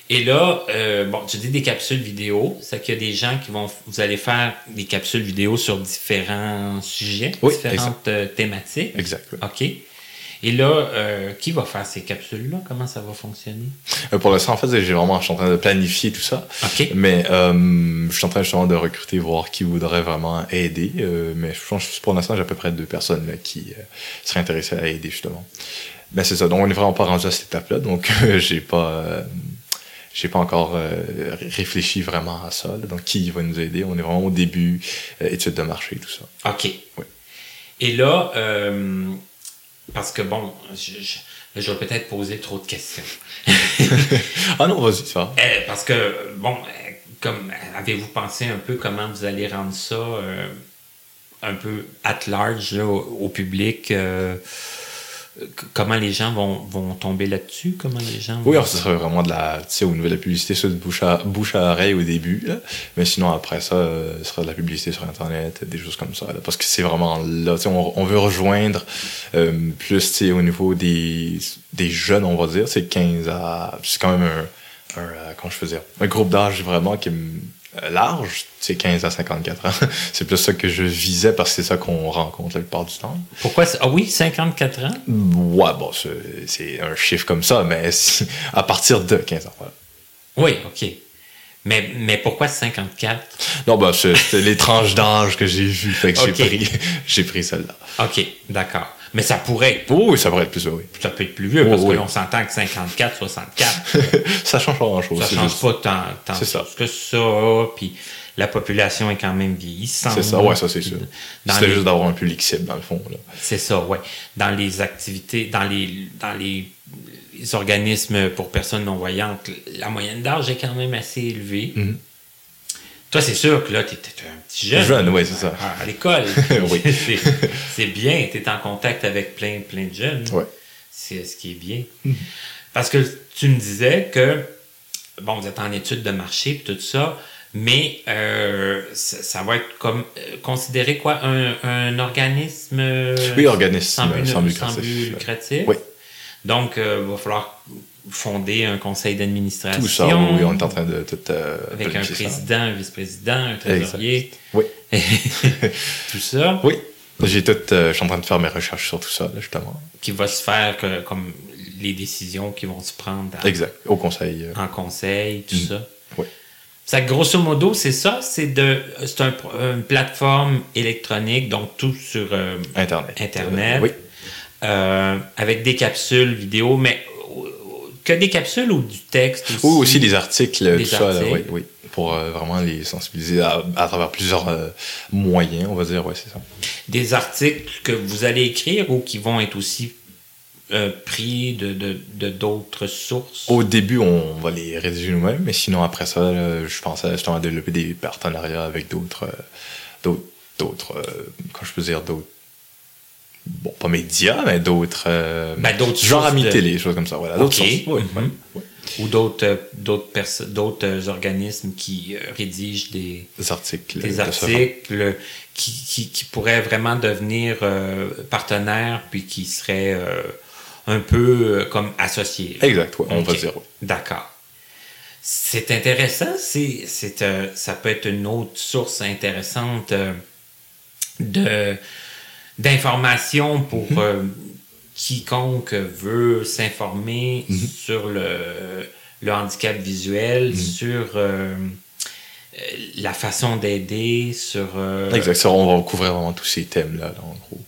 [SPEAKER 2] Et là, euh, bon, tu dis des capsules vidéo, c'est qu'il y a des gens qui vont, vous allez faire des capsules vidéo sur différents sujets,
[SPEAKER 3] Oui,
[SPEAKER 2] différentes euh, thématiques.
[SPEAKER 3] Exact. ouais.
[SPEAKER 2] OK. Et là, euh, qui va faire ces capsules-là? Comment ça va fonctionner?
[SPEAKER 3] Euh, pour l'instant, en fait, j'ai vraiment, je suis en train de planifier tout ça.
[SPEAKER 2] OK.
[SPEAKER 3] Mais euh, je suis en train justement de recruter, voir qui voudrait vraiment aider. euh, mais je pense que pour l'instant, j'ai à peu près deux personnes là, qui euh, seraient intéressées à aider justement. Mais c'est ça. Donc, on n'est vraiment pas rendu à cette étape-là. Donc, euh, j'ai pas, euh, j'ai pas encore euh, ré- réfléchi vraiment à ça. là. Donc, qui va nous aider On est vraiment au début, euh, études de marché, tout ça.
[SPEAKER 2] OK.
[SPEAKER 3] Oui.
[SPEAKER 2] Et là, euh, parce que bon, je, je- je vais peut-être poser trop de questions.
[SPEAKER 3] Ah non, vas-y, ça. va.
[SPEAKER 2] Euh, parce que, bon, euh, comme avez-vous pensé un peu comment vous allez rendre ça euh, un peu at large là, au, au public? euh, c- comment les gens vont, vont tomber là-dessus? Comment les gens
[SPEAKER 3] Oui,
[SPEAKER 2] vont...
[SPEAKER 3] alors ce serait vraiment de la, tu sais, au niveau de la publicité, soit de bouche à, bouche à oreille au début, là. mais sinon après ça, euh, ce sera de la publicité sur Internet, des choses comme ça, là, parce que c'est vraiment là, tu sais, on, on veut rejoindre euh, plus, tu sais, au niveau des, des jeunes, on va dire, c'est 15 à, c'est quand même un, un euh, comment je peux dire, un groupe d'âge vraiment qui est hum, large, c'est 15 à 54 ans, c'est plus ça que je visais parce que c'est ça qu'on rencontre la plupart du temps.
[SPEAKER 2] Pourquoi? c'est- Ah oui, 54 ans?
[SPEAKER 3] Ouais, bon, c'est- c'est un chiffre comme ça, mais si- à partir de 15 ans, voilà.
[SPEAKER 2] Oui, OK. Mais, mais pourquoi 54?
[SPEAKER 3] Non, bah, c'est- c'était les tranches d'âge que j'ai vues. Fait que
[SPEAKER 2] Ok.
[SPEAKER 3] j'ai pris, j'ai pris celle-là.
[SPEAKER 2] OK, d'accord. Mais ça pourrait être
[SPEAKER 3] Oh, oui, ça pourrait être plus, oui.
[SPEAKER 2] ça peut être plus vieux, parce
[SPEAKER 3] Oui, oui.
[SPEAKER 2] qu'on s'entend que 54, 64,
[SPEAKER 3] ça change pas grand-chose.
[SPEAKER 2] ça
[SPEAKER 3] c'est
[SPEAKER 2] change
[SPEAKER 3] juste-
[SPEAKER 2] pas tant, tant
[SPEAKER 3] C'est ça.
[SPEAKER 2] que ça, puis la population est quand même vieillissante.
[SPEAKER 3] C'est ça, ouais, ça, c'est
[SPEAKER 2] Puis
[SPEAKER 3] sûr.
[SPEAKER 2] dans
[SPEAKER 3] C'était
[SPEAKER 2] les-
[SPEAKER 3] juste d'avoir un public cible, dans le fond, là.
[SPEAKER 2] C'est ça, ouais. Dans les activités, dans les, dans les, les organismes pour personnes non-voyantes, la moyenne d'âge est quand même assez élevée.
[SPEAKER 3] Mm-hmm.
[SPEAKER 2] Toi, c'est sûr que là, tu étais un petit jeune.
[SPEAKER 3] Jeune, ouais, c'est ça.
[SPEAKER 2] Ah, À, à l'école.
[SPEAKER 3] Oui.
[SPEAKER 2] C'est- c'est bien, tu es en contact avec plein, plein de jeunes.
[SPEAKER 3] Ouais.
[SPEAKER 2] C'est ce qui est bien. Parce que tu me disais que, bon, vous êtes en étude de marché puis tout ça, mais euh, ça, ça va être comme euh, considéré quoi un, un organisme euh,
[SPEAKER 3] Oui, organisme, sans but
[SPEAKER 2] sans
[SPEAKER 3] lucratif.
[SPEAKER 2] but lucratif.
[SPEAKER 3] Oui.
[SPEAKER 2] Donc, euh, il va falloir fonder un conseil d'administration.
[SPEAKER 3] Tout ça, oui, oui, on est en train de tout, euh,
[SPEAKER 2] Avec un
[SPEAKER 3] planifier ça.
[SPEAKER 2] président, un vice-président, un trésorier.
[SPEAKER 3] Oui.
[SPEAKER 2] tout ça.
[SPEAKER 3] Oui. J'ai tout, euh, je suis en train de faire mes recherches sur tout ça, là, justement.
[SPEAKER 2] qui va se faire que- comme les décisions qui vont se prendre à-
[SPEAKER 3] Exact. Au conseil. euh,
[SPEAKER 2] en conseil, tout
[SPEAKER 3] Mm.
[SPEAKER 2] ça.
[SPEAKER 3] Ouais.
[SPEAKER 2] Ça, grosso modo, c'est ça. C'est de, c'est un- une plateforme électronique, donc tout sur euh,
[SPEAKER 3] Internet.
[SPEAKER 2] Internet.
[SPEAKER 3] Euh, oui.
[SPEAKER 2] euh, avec des capsules vidéo, mais euh, que des capsules ou du texte aussi.
[SPEAKER 3] Ou aussi des articles, euh,
[SPEAKER 2] Des
[SPEAKER 3] tout ça, là, oui,
[SPEAKER 2] articles.
[SPEAKER 3] oui. Pour euh, vraiment les sensibiliser à, à travers plusieurs euh, moyens, on va dire, ouais, c'est ça.
[SPEAKER 2] Des articles que vous allez écrire ou qui vont être aussi euh, pris de de- de d'autres sources.
[SPEAKER 3] Au début, on va les rédiger nous-mêmes, mais sinon, après ça, là, je pensais justement à développer des partenariats avec d'autres, euh, d'autres, d'autres, euh, quand je peux dire d'autres, bon, pas médias, mais d'autres, euh,
[SPEAKER 2] Ben, d'autres
[SPEAKER 3] genre
[SPEAKER 2] sources
[SPEAKER 3] Ami
[SPEAKER 2] de-
[SPEAKER 3] Télé, choses comme ça, voilà, d'autres
[SPEAKER 2] Ok.
[SPEAKER 3] sources. Ouais,
[SPEAKER 2] Mhm.
[SPEAKER 3] ouais,
[SPEAKER 2] ou d'autres euh, d'autres perso- d'autres euh, organismes qui euh, rédigent des,
[SPEAKER 3] Des articles.
[SPEAKER 2] des
[SPEAKER 3] de ce
[SPEAKER 2] articles qui, qui, qui pourraient vraiment devenir euh, partenaires puis qui seraient euh, un peu euh, comme associés.
[SPEAKER 3] genre. Exact, ouais, on
[SPEAKER 2] Ok.
[SPEAKER 3] va dire, ouais.
[SPEAKER 2] D'accord. C'est intéressant, c'est, c'est, euh, ça peut être une autre source intéressante euh, de, d'informations pour euh, quiconque veut s'informer sur le, le handicap visuel, sur euh, euh, la façon d'aider, sur... euh,
[SPEAKER 3] Exact, ça, on va couvrir vraiment tous ces thèmes-là, là, en gros.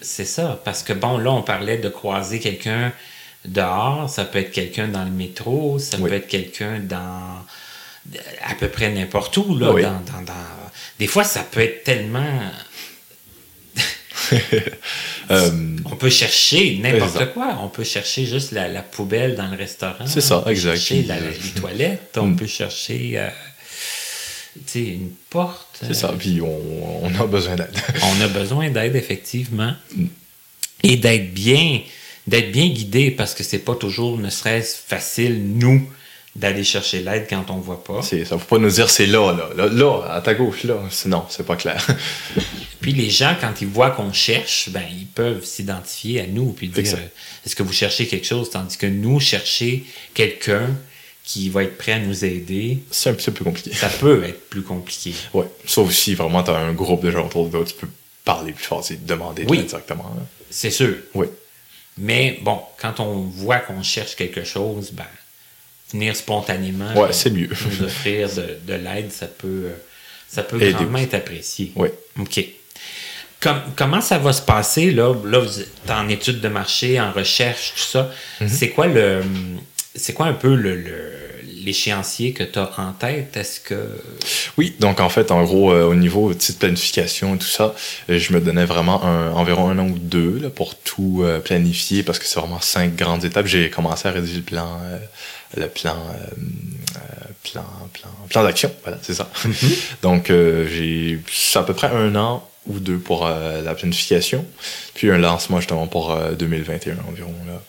[SPEAKER 2] c'est ça, parce que bon, là, on parlait de croiser quelqu'un dehors, ça peut être quelqu'un dans le métro, ça
[SPEAKER 3] Oui.
[SPEAKER 2] peut être quelqu'un dans à peu près n'importe où, là.
[SPEAKER 3] Oui.
[SPEAKER 2] dans- dans- dans- Des fois, ça peut être tellement.
[SPEAKER 3] Euh,
[SPEAKER 2] On peut chercher
[SPEAKER 3] C'est ça.
[SPEAKER 2] n'importe quoi. On peut chercher juste la, la poubelle dans le restaurant.
[SPEAKER 3] C'est ça,
[SPEAKER 2] on peut
[SPEAKER 3] exact.
[SPEAKER 2] Chercher la- les toilettes, on
[SPEAKER 3] Mm.
[SPEAKER 2] peut chercher euh, tu sais, une porte.
[SPEAKER 3] C'est ça, puis on, on a besoin d'aide.
[SPEAKER 2] On a besoin d'aide, effectivement. Et d'être bien, d'être bien guidé, parce que c'est pas toujours, ne serait-ce facile, nous, d'aller chercher l'aide quand on voit pas.
[SPEAKER 3] C'est ça, faut pas nous dire c'est là, là, là, là, à ta gauche, là. C'est- Non, c'est pas clair.
[SPEAKER 2] Puis les gens, quand ils voient qu'on cherche, ben, ils peuvent s'identifier à nous, puis dire,
[SPEAKER 3] Exact.
[SPEAKER 2] euh, est-ce que vous cherchez quelque chose? Tandis que nous, chercher quelqu'un qui va être prêt à nous aider,
[SPEAKER 3] C'est un petit peu compliqué.
[SPEAKER 2] ça peut être plus compliqué.
[SPEAKER 3] Ouais, sauf si vraiment t'as un groupe de gens autour de toi, tu peux parler plus fort, c'est demander de
[SPEAKER 2] Oui.
[SPEAKER 3] l'aide directement. là.
[SPEAKER 2] C'est sûr.
[SPEAKER 3] Oui,
[SPEAKER 2] Mais bon, quand on voit qu'on cherche quelque chose, ben, venir spontanément
[SPEAKER 3] Ouais,
[SPEAKER 2] euh,
[SPEAKER 3] c'est mieux.
[SPEAKER 2] nous offrir de, de l'aide, ça peut, euh, ça peut
[SPEAKER 3] Aider
[SPEAKER 2] grandement
[SPEAKER 3] aussi.
[SPEAKER 2] être apprécié.
[SPEAKER 3] oui.
[SPEAKER 2] OK. Com- comment ça va se passer, là? Là, vous êtes en études de marché, en recherche, tout ça.
[SPEAKER 3] Mhm.
[SPEAKER 2] C'est quoi le... C'est quoi un peu le- le- l'échéancier que tu as en tête? Est-ce que...
[SPEAKER 3] Oui, donc en fait, en gros, euh, au niveau de petite planification et tout ça, euh, je me donnais vraiment un- environ un an ou deux là, pour tout euh, planifier parce que c'est vraiment cinq grandes étapes. J'ai commencé à rédiger le plan, euh, le plan, euh, euh, plan, plan, plan d'action. Voilà, c'est ça. donc euh, j'ai c'est à peu près un an ou deux pour euh, la planification, puis un lancement justement pour euh, 2021 environ là.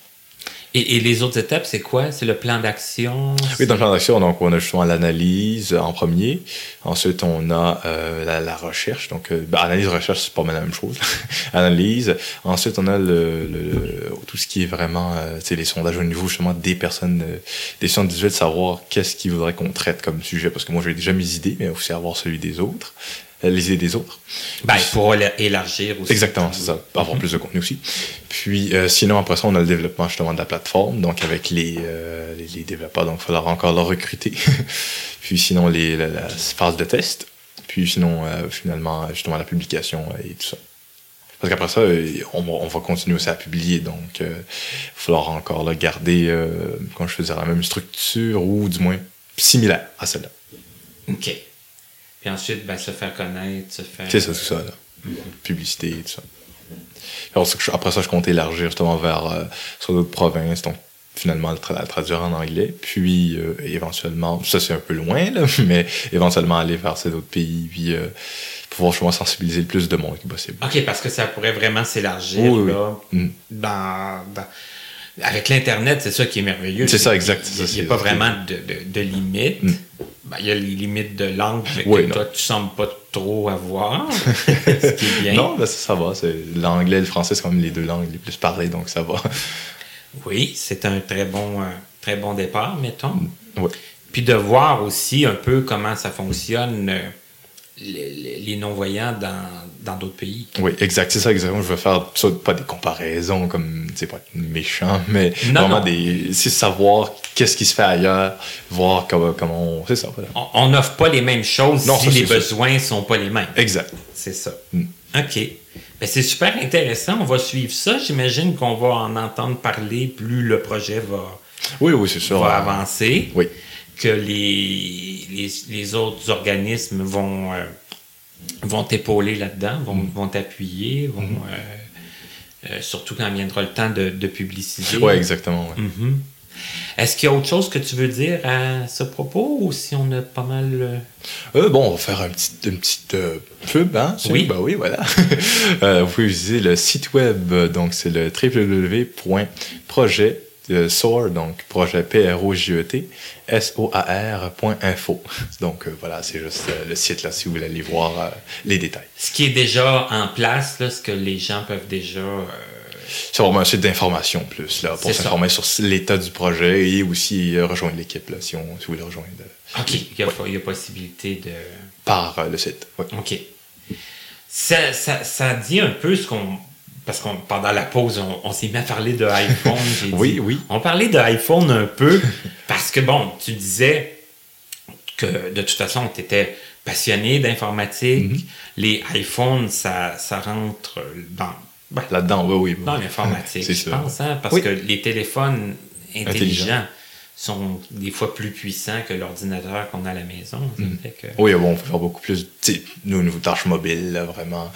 [SPEAKER 2] Et, et les autres étapes, c'est quoi? C'est le plan d'action?
[SPEAKER 3] Oui, dans le plan d'action, donc on a justement l'analyse euh, en premier. Ensuite, on a euh, la, la recherche. Donc, euh, ben, analyse, recherche, c'est pas mal la même chose. analyse. Ensuite, on a le, le- tout ce qui est vraiment, euh, tu sais, les sondages au niveau justement des personnes, euh, des sciences visuelles, savoir qu'est-ce qu'ils voudraient qu'on traite comme sujet. Parce que moi, j'ai déjà mes idées, mais aussi avoir celui des autres, euh, les idées des autres.
[SPEAKER 2] Ben, pour éla- élargir aussi.
[SPEAKER 3] Exactement, c'est ça. Avoir plus de contenu aussi. Puis, euh, sinon, après ça, on a le développement justement de la plateforme, donc avec les, euh, les, les développeurs, donc il faudra encore leur recruter. puis, sinon, les, la, la phase de test. Puis, sinon, euh, finalement, justement, la publication euh, et tout ça. Parce qu'après ça, euh, on, va- on va continuer aussi à publier, donc euh, il va falloir encore là, garder, euh, quand je faisais la même structure ou du moins similaire à celle-là.
[SPEAKER 2] OK. Puis ensuite, ben, se faire connaître, se faire...
[SPEAKER 3] C'est ça, tout ça, là. Publicité et tout ça. Alors, c'est que je- après ça, je compte élargir justement vers euh, sur d'autres provinces, donc finalement le, tra- le traduire en anglais, puis euh, éventuellement, ça c'est un peu loin, là, mais éventuellement aller vers ces autres pays, puis euh, pouvoir justement sensibiliser le plus de monde que possible.
[SPEAKER 2] OK, parce que ça pourrait vraiment s'élargir,
[SPEAKER 3] Oui, oui,
[SPEAKER 2] là,
[SPEAKER 3] Mm.
[SPEAKER 2] dans- dans- Avec l'Internet, c'est ça qui est merveilleux.
[SPEAKER 3] C'est ça, exact, c'est ça,
[SPEAKER 2] Il n'y a,
[SPEAKER 3] c'est-
[SPEAKER 2] pas vraiment de, de, de limite. Ben,
[SPEAKER 3] Mm.
[SPEAKER 2] Il y a les limites de langue mais que
[SPEAKER 3] Oui,
[SPEAKER 2] toi, tu sembles pas trop avoir, ce qui est bien.
[SPEAKER 3] Non, ben, ça, ça va. c'est- L'anglais et le français, c'est quand même les deux langues les plus parlées, donc ça va.
[SPEAKER 2] Oui, c'est un très bon, euh, très bon
[SPEAKER 3] Mm.
[SPEAKER 2] départ, mettons.
[SPEAKER 3] Ouais.
[SPEAKER 2] Puis de voir aussi un peu comment ça fonctionne euh, les, les- les non-voyants dans dans d'autres pays.
[SPEAKER 3] Oui, exact. C'est ça, exactement. Je veux faire ça, pas des comparaisons comme, c'est pas méchant, mais
[SPEAKER 2] Non,
[SPEAKER 3] vraiment
[SPEAKER 2] non.
[SPEAKER 3] des. C'est savoir qu'est-ce qui se fait ailleurs, voir comment. comment on- c'est ça, voilà.
[SPEAKER 2] On- On n'offre pas les mêmes choses
[SPEAKER 3] Non,
[SPEAKER 2] si
[SPEAKER 3] ça, c'est
[SPEAKER 2] les
[SPEAKER 3] sûr.
[SPEAKER 2] besoins sont pas les mêmes.
[SPEAKER 3] Exact.
[SPEAKER 2] C'est ça.
[SPEAKER 3] Mm.
[SPEAKER 2] OK. Ben, c'est super intéressant. On va suivre ça. J'imagine qu'on va en entendre parler plus le projet va,
[SPEAKER 3] Oui, oui, c'est sûr.
[SPEAKER 2] va
[SPEAKER 3] Euh,
[SPEAKER 2] avancer.
[SPEAKER 3] Oui.
[SPEAKER 2] Que les, les, les autres organismes vont, euh, vont t'épauler là-dedans, vont,
[SPEAKER 3] Hmm.
[SPEAKER 2] vont t'appuyer, vont, euh, euh, surtout quand viendra le temps de, de publiciser.
[SPEAKER 3] Oui, exactement. ouais.
[SPEAKER 2] Mhm. Est-ce qu'il y a autre chose que tu veux dire à ce propos ou si on a pas mal. euh,
[SPEAKER 3] Euh, bon, on va faire un petit, une petite euh, pub, hein? c'est-
[SPEAKER 2] Oui.
[SPEAKER 3] Bah oui, voilà. Euh, vous pouvez visiter le site web, euh, donc c'est le www.projet euh, SOAR, donc projet P-R-O-J-E-T, S-O-A-R.info. Donc euh, voilà, c'est juste euh, le site là si vous voulez aller voir euh, les détails.
[SPEAKER 2] ce qui est déjà en place, là, ce que les gens peuvent déjà. euh,
[SPEAKER 3] C'est vraiment un site d'information en plus là,
[SPEAKER 2] C'est
[SPEAKER 3] pour
[SPEAKER 2] ça.
[SPEAKER 3] s'informer sur l'état du projet et aussi euh, rejoindre l'équipe là, si, on, si vous voulez rejoindre euh,
[SPEAKER 2] OK, il y, a, il y a possibilité de.
[SPEAKER 3] par euh, le site. Ouais.
[SPEAKER 2] OK. Ça, ça- ça dit un peu ce qu'on. Parce qu'on pendant la pause, on, on s'est mis à parler de iPhone. j'ai
[SPEAKER 3] Oui,
[SPEAKER 2] dit.
[SPEAKER 3] oui.
[SPEAKER 2] On parlait de iPhone un peu parce que, bon, tu disais que de toute façon, tu étais passionné d'informatique.
[SPEAKER 3] Mm-hmm.
[SPEAKER 2] Les iPhones, ça, ça rentre dans. ben,
[SPEAKER 3] Là-dedans, oui, oui. oui.
[SPEAKER 2] dans l'informatique,
[SPEAKER 3] C'est
[SPEAKER 2] je
[SPEAKER 3] ça.
[SPEAKER 2] pense, hein, parce
[SPEAKER 3] Oui.
[SPEAKER 2] que les téléphones intelligents,
[SPEAKER 3] Intelligents.
[SPEAKER 2] sont des fois plus puissants que l'ordinateur qu'on a à la maison. ça
[SPEAKER 3] Mm.
[SPEAKER 2] fait que-
[SPEAKER 3] Oui, bon, on peut faire beaucoup plus. tu sais, Nous, au niveau tâches mobiles, là, vraiment,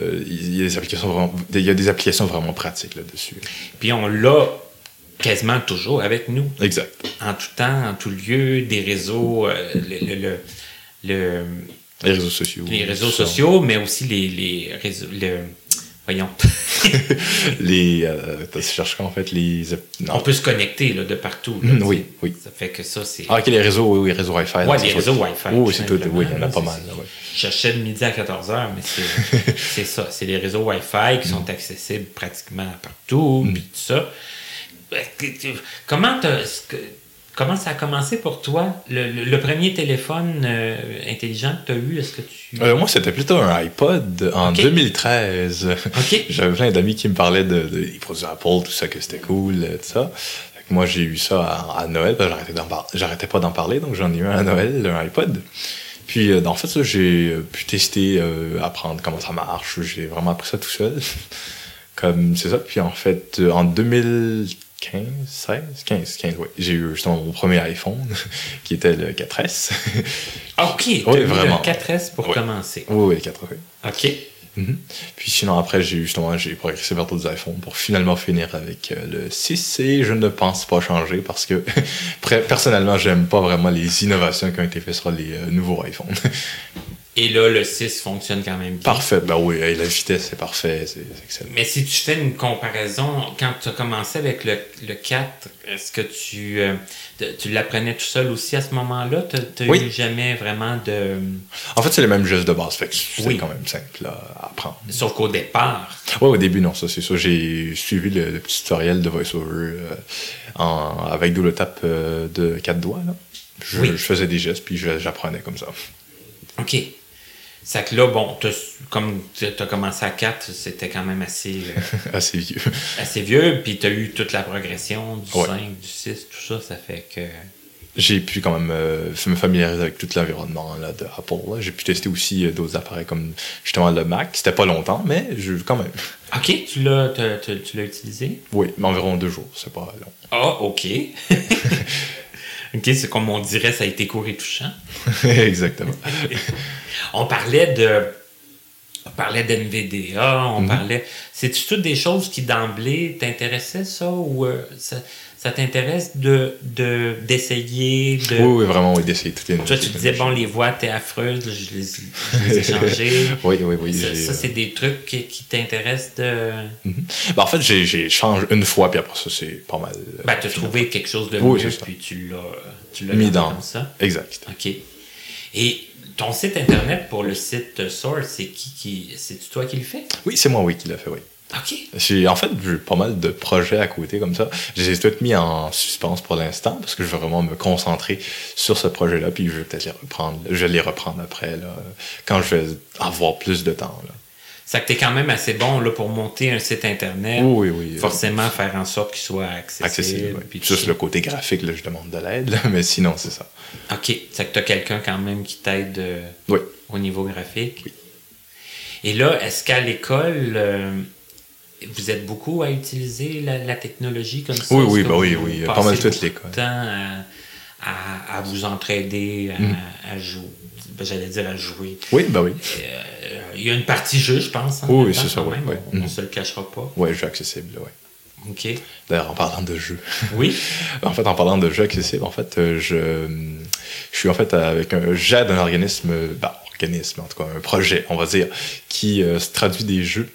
[SPEAKER 3] euh, il y a des applications vraiment, il y a des applications vraiment pratiques là-dessus.
[SPEAKER 2] Puis on l'a quasiment toujours avec nous,
[SPEAKER 3] Exact.
[SPEAKER 2] en tout temps, en tout lieu, des réseaux, euh, le- le- le- le-
[SPEAKER 3] Les réseaux sociaux.
[SPEAKER 2] les réseaux
[SPEAKER 3] tout ça.
[SPEAKER 2] sociaux, mais aussi les, les réseaux. le- voyons,
[SPEAKER 3] Les. Euh, attends, je cherche quoi en fait Les. app-
[SPEAKER 2] on
[SPEAKER 3] Non.
[SPEAKER 2] peut se connecter là, de partout. là,
[SPEAKER 3] Mm, oui, oui.
[SPEAKER 2] Ça fait que ça, c'est.
[SPEAKER 3] Ah, ok, les réseaux, oui, oui, les réseaux Wi-Fi.
[SPEAKER 2] Ouais,
[SPEAKER 3] là,
[SPEAKER 2] les
[SPEAKER 3] Ben c'est
[SPEAKER 2] réseaux
[SPEAKER 3] tout.
[SPEAKER 2] Wi-Fi.
[SPEAKER 3] Oui,
[SPEAKER 2] tout
[SPEAKER 3] oui, c'est tout.
[SPEAKER 2] simplement,
[SPEAKER 3] Oui, il y en a
[SPEAKER 2] là,
[SPEAKER 3] pas
[SPEAKER 2] c'est-
[SPEAKER 3] mal. là, ouais.
[SPEAKER 2] Je cherchais de midi à 14h, mais c'est c'est ça. C'est les réseaux Wi-Fi qui
[SPEAKER 3] Mm.
[SPEAKER 2] sont accessibles pratiquement partout, puis tout ça. Euh, Comment, t'as- est-ce que- comment ça a commencé pour toi? Le, le- le premier téléphone euh, intelligent que tu as eu, est-ce que tu...
[SPEAKER 3] Euh, moi, c'était plutôt un iPod en
[SPEAKER 2] Ok.
[SPEAKER 3] 2013.
[SPEAKER 2] OK.
[SPEAKER 3] J'avais plein d'amis qui me parlaient de, de- des produits Apple, tout ça, que c'était cool, euh, tout ça. Fait que moi, j'ai eu ça à, à Noël, parce que j'arrêtais, d'en par- j'arrêtais pas d'en parler, donc j'en ai eu un à Noël, un iPod. Puis, euh, en fait, ça, j'ai euh, pu tester, euh, apprendre comment ça marche. J'ai vraiment appris ça tout seul. Comme, c'est ça. Puis, en fait, euh, en 2015, 16, 15, 15, ouais, j'ai eu justement mon premier iPhone, qui était le 4S.
[SPEAKER 2] OK, tu
[SPEAKER 3] Oui, vraiment.
[SPEAKER 2] 4S pour
[SPEAKER 3] Oui.
[SPEAKER 2] commencer.
[SPEAKER 3] oui, oui, le 4S. oui.
[SPEAKER 2] OK.
[SPEAKER 3] Mhm. Puis sinon, après, j'ai justement j'ai progressé vers d'autres iPhones pour finalement finir avec euh, le 6 et je ne pense pas changer parce que pre- personnellement, j'aime pas vraiment les innovations qui ont été faites sur les euh, nouveaux iPhones.
[SPEAKER 2] Et là, le 6 fonctionne quand même bien.
[SPEAKER 3] parfait, ben oui, et la vitesse c'est parfait, c'est c'est excellent.
[SPEAKER 2] Mais si tu fais une comparaison, quand tu as commencé avec le, le 4, est-ce que tu, euh, te- tu l'apprenais tout seul aussi à ce moment-là? Tu n'as
[SPEAKER 3] Oui.
[SPEAKER 2] eu jamais vraiment de...
[SPEAKER 3] En fait, c'est le même geste de base, fait que c'est
[SPEAKER 2] Oui.
[SPEAKER 3] quand même simple là, à apprendre.
[SPEAKER 2] Sauf qu'au départ,
[SPEAKER 3] Ouais, au début, non, ça c'est ça. J'ai suivi le, le petit tutoriel de VoiceOver euh, en- avec double tape euh, de quatre doigts. là. Je,
[SPEAKER 2] Oui.
[SPEAKER 3] je faisais des gestes puis je- j'apprenais comme ça.
[SPEAKER 2] OK. C'est que là, bon, t'as- comme tu as commencé à 4, c'était quand même assez, euh,
[SPEAKER 3] Assez vieux.
[SPEAKER 2] assez vieux, puis tu as eu toute la progression du
[SPEAKER 3] Ouais.
[SPEAKER 2] 5, du 6, tout ça, ça fait que...
[SPEAKER 3] j'ai pu quand même euh, me familiariser avec tout l'environnement là, de Apple. là. J'ai pu tester aussi euh, d'autres appareils comme justement le Mac. C'était pas longtemps, mais je, quand même.
[SPEAKER 2] OK, tu l'as tu- tu- tu l'as utilisé?
[SPEAKER 3] Oui, mais environ deux jours, c'est pas long.
[SPEAKER 2] Ah, OK. OK, c'est comme on dirait, ça a été court et touchant.
[SPEAKER 3] Exactement.
[SPEAKER 2] On parlait de. On parlait d'NVDA,
[SPEAKER 3] Mhm.
[SPEAKER 2] on parlait. C'est-tu toutes des choses qui d'emblée t'intéressaient, ça? Ou euh, ça, ça t'intéresse de, de, d'essayer de.
[SPEAKER 3] Oui, oui, vraiment, oui, d'essayer toutes les
[SPEAKER 2] Toi, tu disais, bon, les voix, t'es affreuse, je les, je les ai changées.
[SPEAKER 3] Oui, oui, oui.
[SPEAKER 2] Ça,
[SPEAKER 3] j'ai- euh,
[SPEAKER 2] ça, c'est des trucs qui, qui t'intéressent de.
[SPEAKER 3] Ben, en fait, j'ai, j'ai changé une fois, puis après ça, c'est pas mal. euh,
[SPEAKER 2] Ben, t'as trouvé quelque chose de
[SPEAKER 3] Oui,
[SPEAKER 2] mieux,
[SPEAKER 3] c'est ça.
[SPEAKER 2] puis tu l'as, tu l'as
[SPEAKER 3] mis
[SPEAKER 2] gardé
[SPEAKER 3] dans.
[SPEAKER 2] comme ça.
[SPEAKER 3] Exact.
[SPEAKER 2] OK. Et ton site internet pour le site Source, c'est qui qui. C'est-tu toi qui le fais?
[SPEAKER 3] Oui, c'est moi, oui, qui l'a fait, oui.
[SPEAKER 2] OK.
[SPEAKER 3] J'ai- En fait, j'ai pas mal de projets à côté comme ça. Je les ai tous mis en suspense pour l'instant parce que je veux vraiment me concentrer sur ce projet-là. Puis je vais peut-être les reprendre. Je vais les reprendre après, là, quand je vais avoir plus de temps. là.
[SPEAKER 2] Ça que t'es quand même assez bon là, pour monter un site internet.
[SPEAKER 3] Oui, oui, oui.
[SPEAKER 2] Forcément, faire en sorte qu'il soit accessible.
[SPEAKER 3] Accessible. ouais.
[SPEAKER 2] puis tout
[SPEAKER 3] Juste
[SPEAKER 2] ça.
[SPEAKER 3] le côté graphique, là, je demande de l'aide, là, mais sinon, c'est ça.
[SPEAKER 2] OK. C'est que tu as quelqu'un quand même qui t'aide euh,
[SPEAKER 3] Oui.
[SPEAKER 2] au niveau graphique. Et là, est-ce qu'à l'école, euh, vous êtes beaucoup à utiliser la, la technologie comme ça?
[SPEAKER 3] Oui,
[SPEAKER 2] Est-ce
[SPEAKER 3] oui,
[SPEAKER 2] que
[SPEAKER 3] bah oui,
[SPEAKER 2] vous
[SPEAKER 3] oui,
[SPEAKER 2] passez
[SPEAKER 3] pas mal toute
[SPEAKER 2] beaucoup de
[SPEAKER 3] l'école.
[SPEAKER 2] temps à, à- à vous entraider, à,
[SPEAKER 3] Mm.
[SPEAKER 2] jouer. Ben, J'allais dire à jouer.
[SPEAKER 3] Oui, bah oui.
[SPEAKER 2] Euh, Il y a une partie jeu, je pense. en
[SPEAKER 3] Oui,
[SPEAKER 2] même
[SPEAKER 3] oui,
[SPEAKER 2] temps,
[SPEAKER 3] c'est ça,
[SPEAKER 2] quand
[SPEAKER 3] oui,
[SPEAKER 2] même.
[SPEAKER 3] oui.
[SPEAKER 2] On ne
[SPEAKER 3] Mhm.
[SPEAKER 2] se le cachera pas.
[SPEAKER 3] Ouais, jeu accessible, ouais.
[SPEAKER 2] OK.
[SPEAKER 3] D'ailleurs, en parlant de jeu.
[SPEAKER 2] Oui.
[SPEAKER 3] En fait, en parlant de jeux accessibles, en fait, euh, je, je suis en fait avec un j'aide un organisme, euh, bah, organisme en tout cas, un projet, on va dire, qui euh, se traduit des jeux,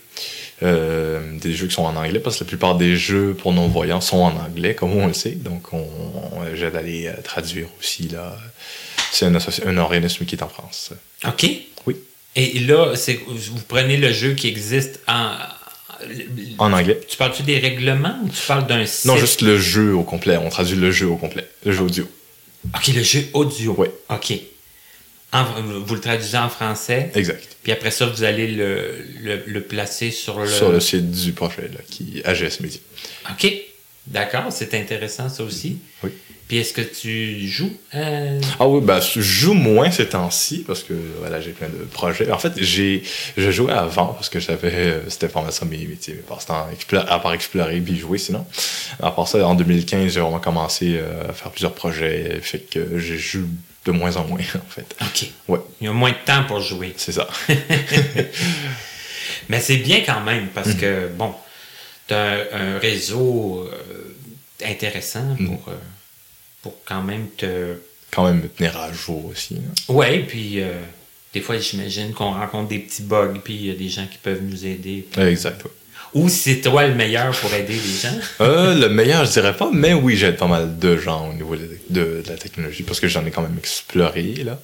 [SPEAKER 3] euh, des jeux qui sont en anglais, parce que la plupart des jeux pour non voyants sont en anglais, comme on le sait, donc on, on- j'aide à les euh, traduire aussi là. C'est un, associ- un organisme qui est en France.
[SPEAKER 2] OK.
[SPEAKER 3] Oui.
[SPEAKER 2] Et là, c'est, vous prenez le jeu qui existe en.
[SPEAKER 3] En anglais.
[SPEAKER 2] Tu parles-tu des règlements ou tu parles d'un site?
[SPEAKER 3] Non, juste le jeu au complet. On traduit le jeu au complet, le jeu audio.
[SPEAKER 2] OK, le jeu audio.
[SPEAKER 3] Oui.
[SPEAKER 2] OK. En- vous le traduisez en français,
[SPEAKER 3] Exact.
[SPEAKER 2] puis après ça, vous allez le, le- le placer sur le...
[SPEAKER 3] Sur le site du projet là, qui AGS Media.
[SPEAKER 2] OK. D'accord, c'est intéressant ça aussi.
[SPEAKER 3] Oui.
[SPEAKER 2] Puis est-ce que tu joues? euh,
[SPEAKER 3] Ah oui, bah, je joue moins ces temps-ci parce que voilà, j'ai plein de projets. En fait, j'ai je jouais avant parce que j'avais euh, c'était pas mal ça mes métiers, mes passe-temps, explo- à part explorer puis jouer sinon. À part ça, en 2015, j'ai vraiment commencé euh, à faire plusieurs projets, fait que je joue de moins en moins en fait.
[SPEAKER 2] OK.
[SPEAKER 3] Ouais,
[SPEAKER 2] Il y a moins de temps pour jouer.
[SPEAKER 3] c'est ça.
[SPEAKER 2] Mais c'est bien quand même parce
[SPEAKER 3] Mm-hmm.
[SPEAKER 2] que, bon, t'as un, un réseau euh, intéressant
[SPEAKER 3] Mhm.
[SPEAKER 2] pour, euh, pour quand même te...
[SPEAKER 3] Quand même me tenir à jour aussi. hein. là.
[SPEAKER 2] Ouais, puis euh, des fois, j'imagine qu'on rencontre des petits bugs, puis il y a des gens qui peuvent nous aider.
[SPEAKER 3] Ouais, Exact. ouais.
[SPEAKER 2] Ou c'est toi le meilleur pour aider les gens.
[SPEAKER 3] Euh, le meilleur, je dirais pas, mais oui, j'aide pas mal de gens au niveau de, de- de la technologie parce que j'en ai quand même exploré, là.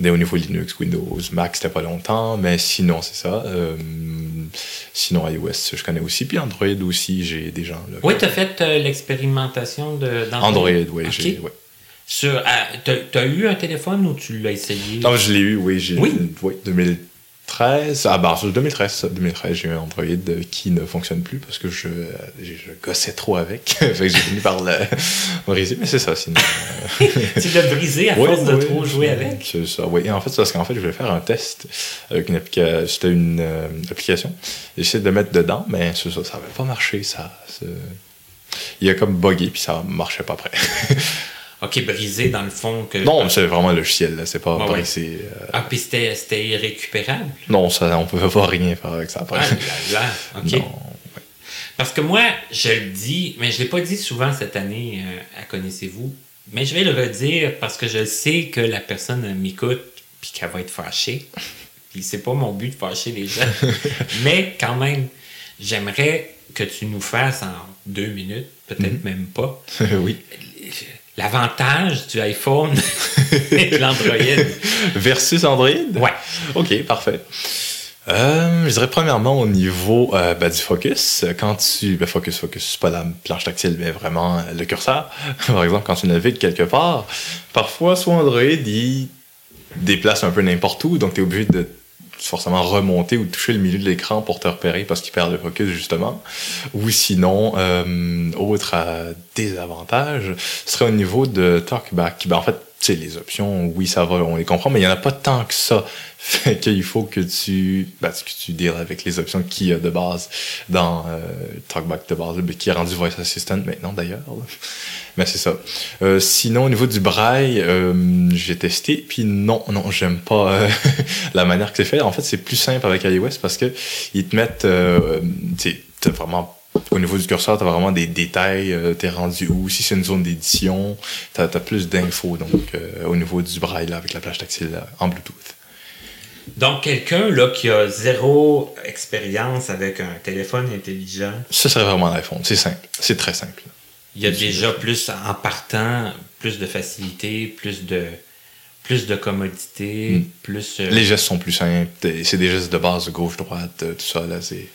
[SPEAKER 3] Mais au niveau Linux, Windows, Mac, c'était pas longtemps, mais sinon, c'est ça. Euh, sinon, iOS, je connais aussi, puis Android aussi, j'ai des gens, là.
[SPEAKER 2] Oui, tu as fait euh, l'expérimentation de- d'Android.
[SPEAKER 3] Android, oui,
[SPEAKER 2] Ok.
[SPEAKER 3] j'ai. ouais.
[SPEAKER 2] Sur, tu as eu un téléphone ou tu l'as essayé?
[SPEAKER 3] Non, je l'ai eu, oui, j'ai.
[SPEAKER 2] Oui.
[SPEAKER 3] ouais, 2013. Ah, bah, c'est 2013, ça. 2013, j'ai eu un Android euh, qui ne fonctionne plus parce que je, euh, je, je gossais trop avec. fait que j'ai fini par le briser, mais c'est ça, sinon.
[SPEAKER 2] tu l'as brisé à
[SPEAKER 3] Ouais,
[SPEAKER 2] force de
[SPEAKER 3] ouais,
[SPEAKER 2] trop jouer
[SPEAKER 3] ouais,
[SPEAKER 2] avec.
[SPEAKER 3] C'est ça, oui. Et en fait, c'est parce qu'en fait, je voulais faire un test avec une application. C'était une euh, application. J'essayais de le mettre dedans, mais c'est ça, ça n'avait pas marché, ça. C'est- Il y a comme buggé, puis ça marchait pas après.
[SPEAKER 2] OK, brisé dans le fond. que
[SPEAKER 3] non, c'est vraiment un logiciel, là. C'est pas
[SPEAKER 2] Ouais,
[SPEAKER 3] brisé. euh,
[SPEAKER 2] Ah, puis c'était c'était irrécupérable.
[SPEAKER 3] Non, ça, on peut pas rien faire avec ça après.
[SPEAKER 2] Ah là là, OK.
[SPEAKER 3] Non.
[SPEAKER 2] Parce que moi, je le dis, mais je ne l'ai pas dit souvent cette année euh, à Connaissez-vous, mais je vais le redire parce que je sais que la personne elle m'écoute puis qu'elle va être fâchée. Puis c'est pas mon but de fâcher les gens. mais quand même, j'aimerais que tu nous fasses en deux minutes, peut-être même pas,
[SPEAKER 3] oui.
[SPEAKER 2] l'avantage du iPhone et de l'Android.
[SPEAKER 3] Versus Android
[SPEAKER 2] Ouais.
[SPEAKER 3] Ok, parfait. Euh, je dirais premièrement au niveau euh, bah, du focus, Euh, quand tu... ben, focus, focus, c'est pas la planche tactile, mais vraiment euh, le curseur. Par exemple, quand tu navigues quelque part, parfois, soit Android, il déplace un peu n'importe où, donc tu es obligé de forcément remonter ou de toucher le milieu de l'écran pour te repérer parce qu'il perd le focus, justement. Ou sinon, euh, autre euh, désavantage, ce serait au niveau de TalkBack. Ben, en fait, tu sais, les options, oui, ça va, on les comprend, mais il n'y en a pas tant que ça. Fait qu'il faut que tu, ben, que tu deals avec les options qu'il y a de base dans euh, TalkBack de base, ben, qui est rendu Voice Assistant maintenant d'ailleurs. là. Mais c'est ça. Euh, sinon, au niveau du braille, euh, j'ai testé, puis non, non, j'aime pas euh, la manière que c'est fait. En fait, c'est plus simple avec iOS parce que ils te mettent, euh, tu sais, t'as vraiment au niveau du curseur, t'as vraiment des détails, euh, t'es rendu où, si c'est une zone d'édition, t'as as plus d'infos, donc, euh, au niveau du braille, là, avec la plage tactile là, en Bluetooth.
[SPEAKER 2] Donc, quelqu'un là qui a zéro expérience avec un téléphone intelligent,
[SPEAKER 3] Ce serait vraiment l'iPhone, c'est simple, c'est très simple.
[SPEAKER 2] Il y a déjà plus, en partant, plus de facilité, plus de plus de commodité,
[SPEAKER 3] Mm.
[SPEAKER 2] plus. euh,
[SPEAKER 3] Les gestes sont plus simples. C'est des gestes de base, gauche-droite, euh, tout ça. Là, c'est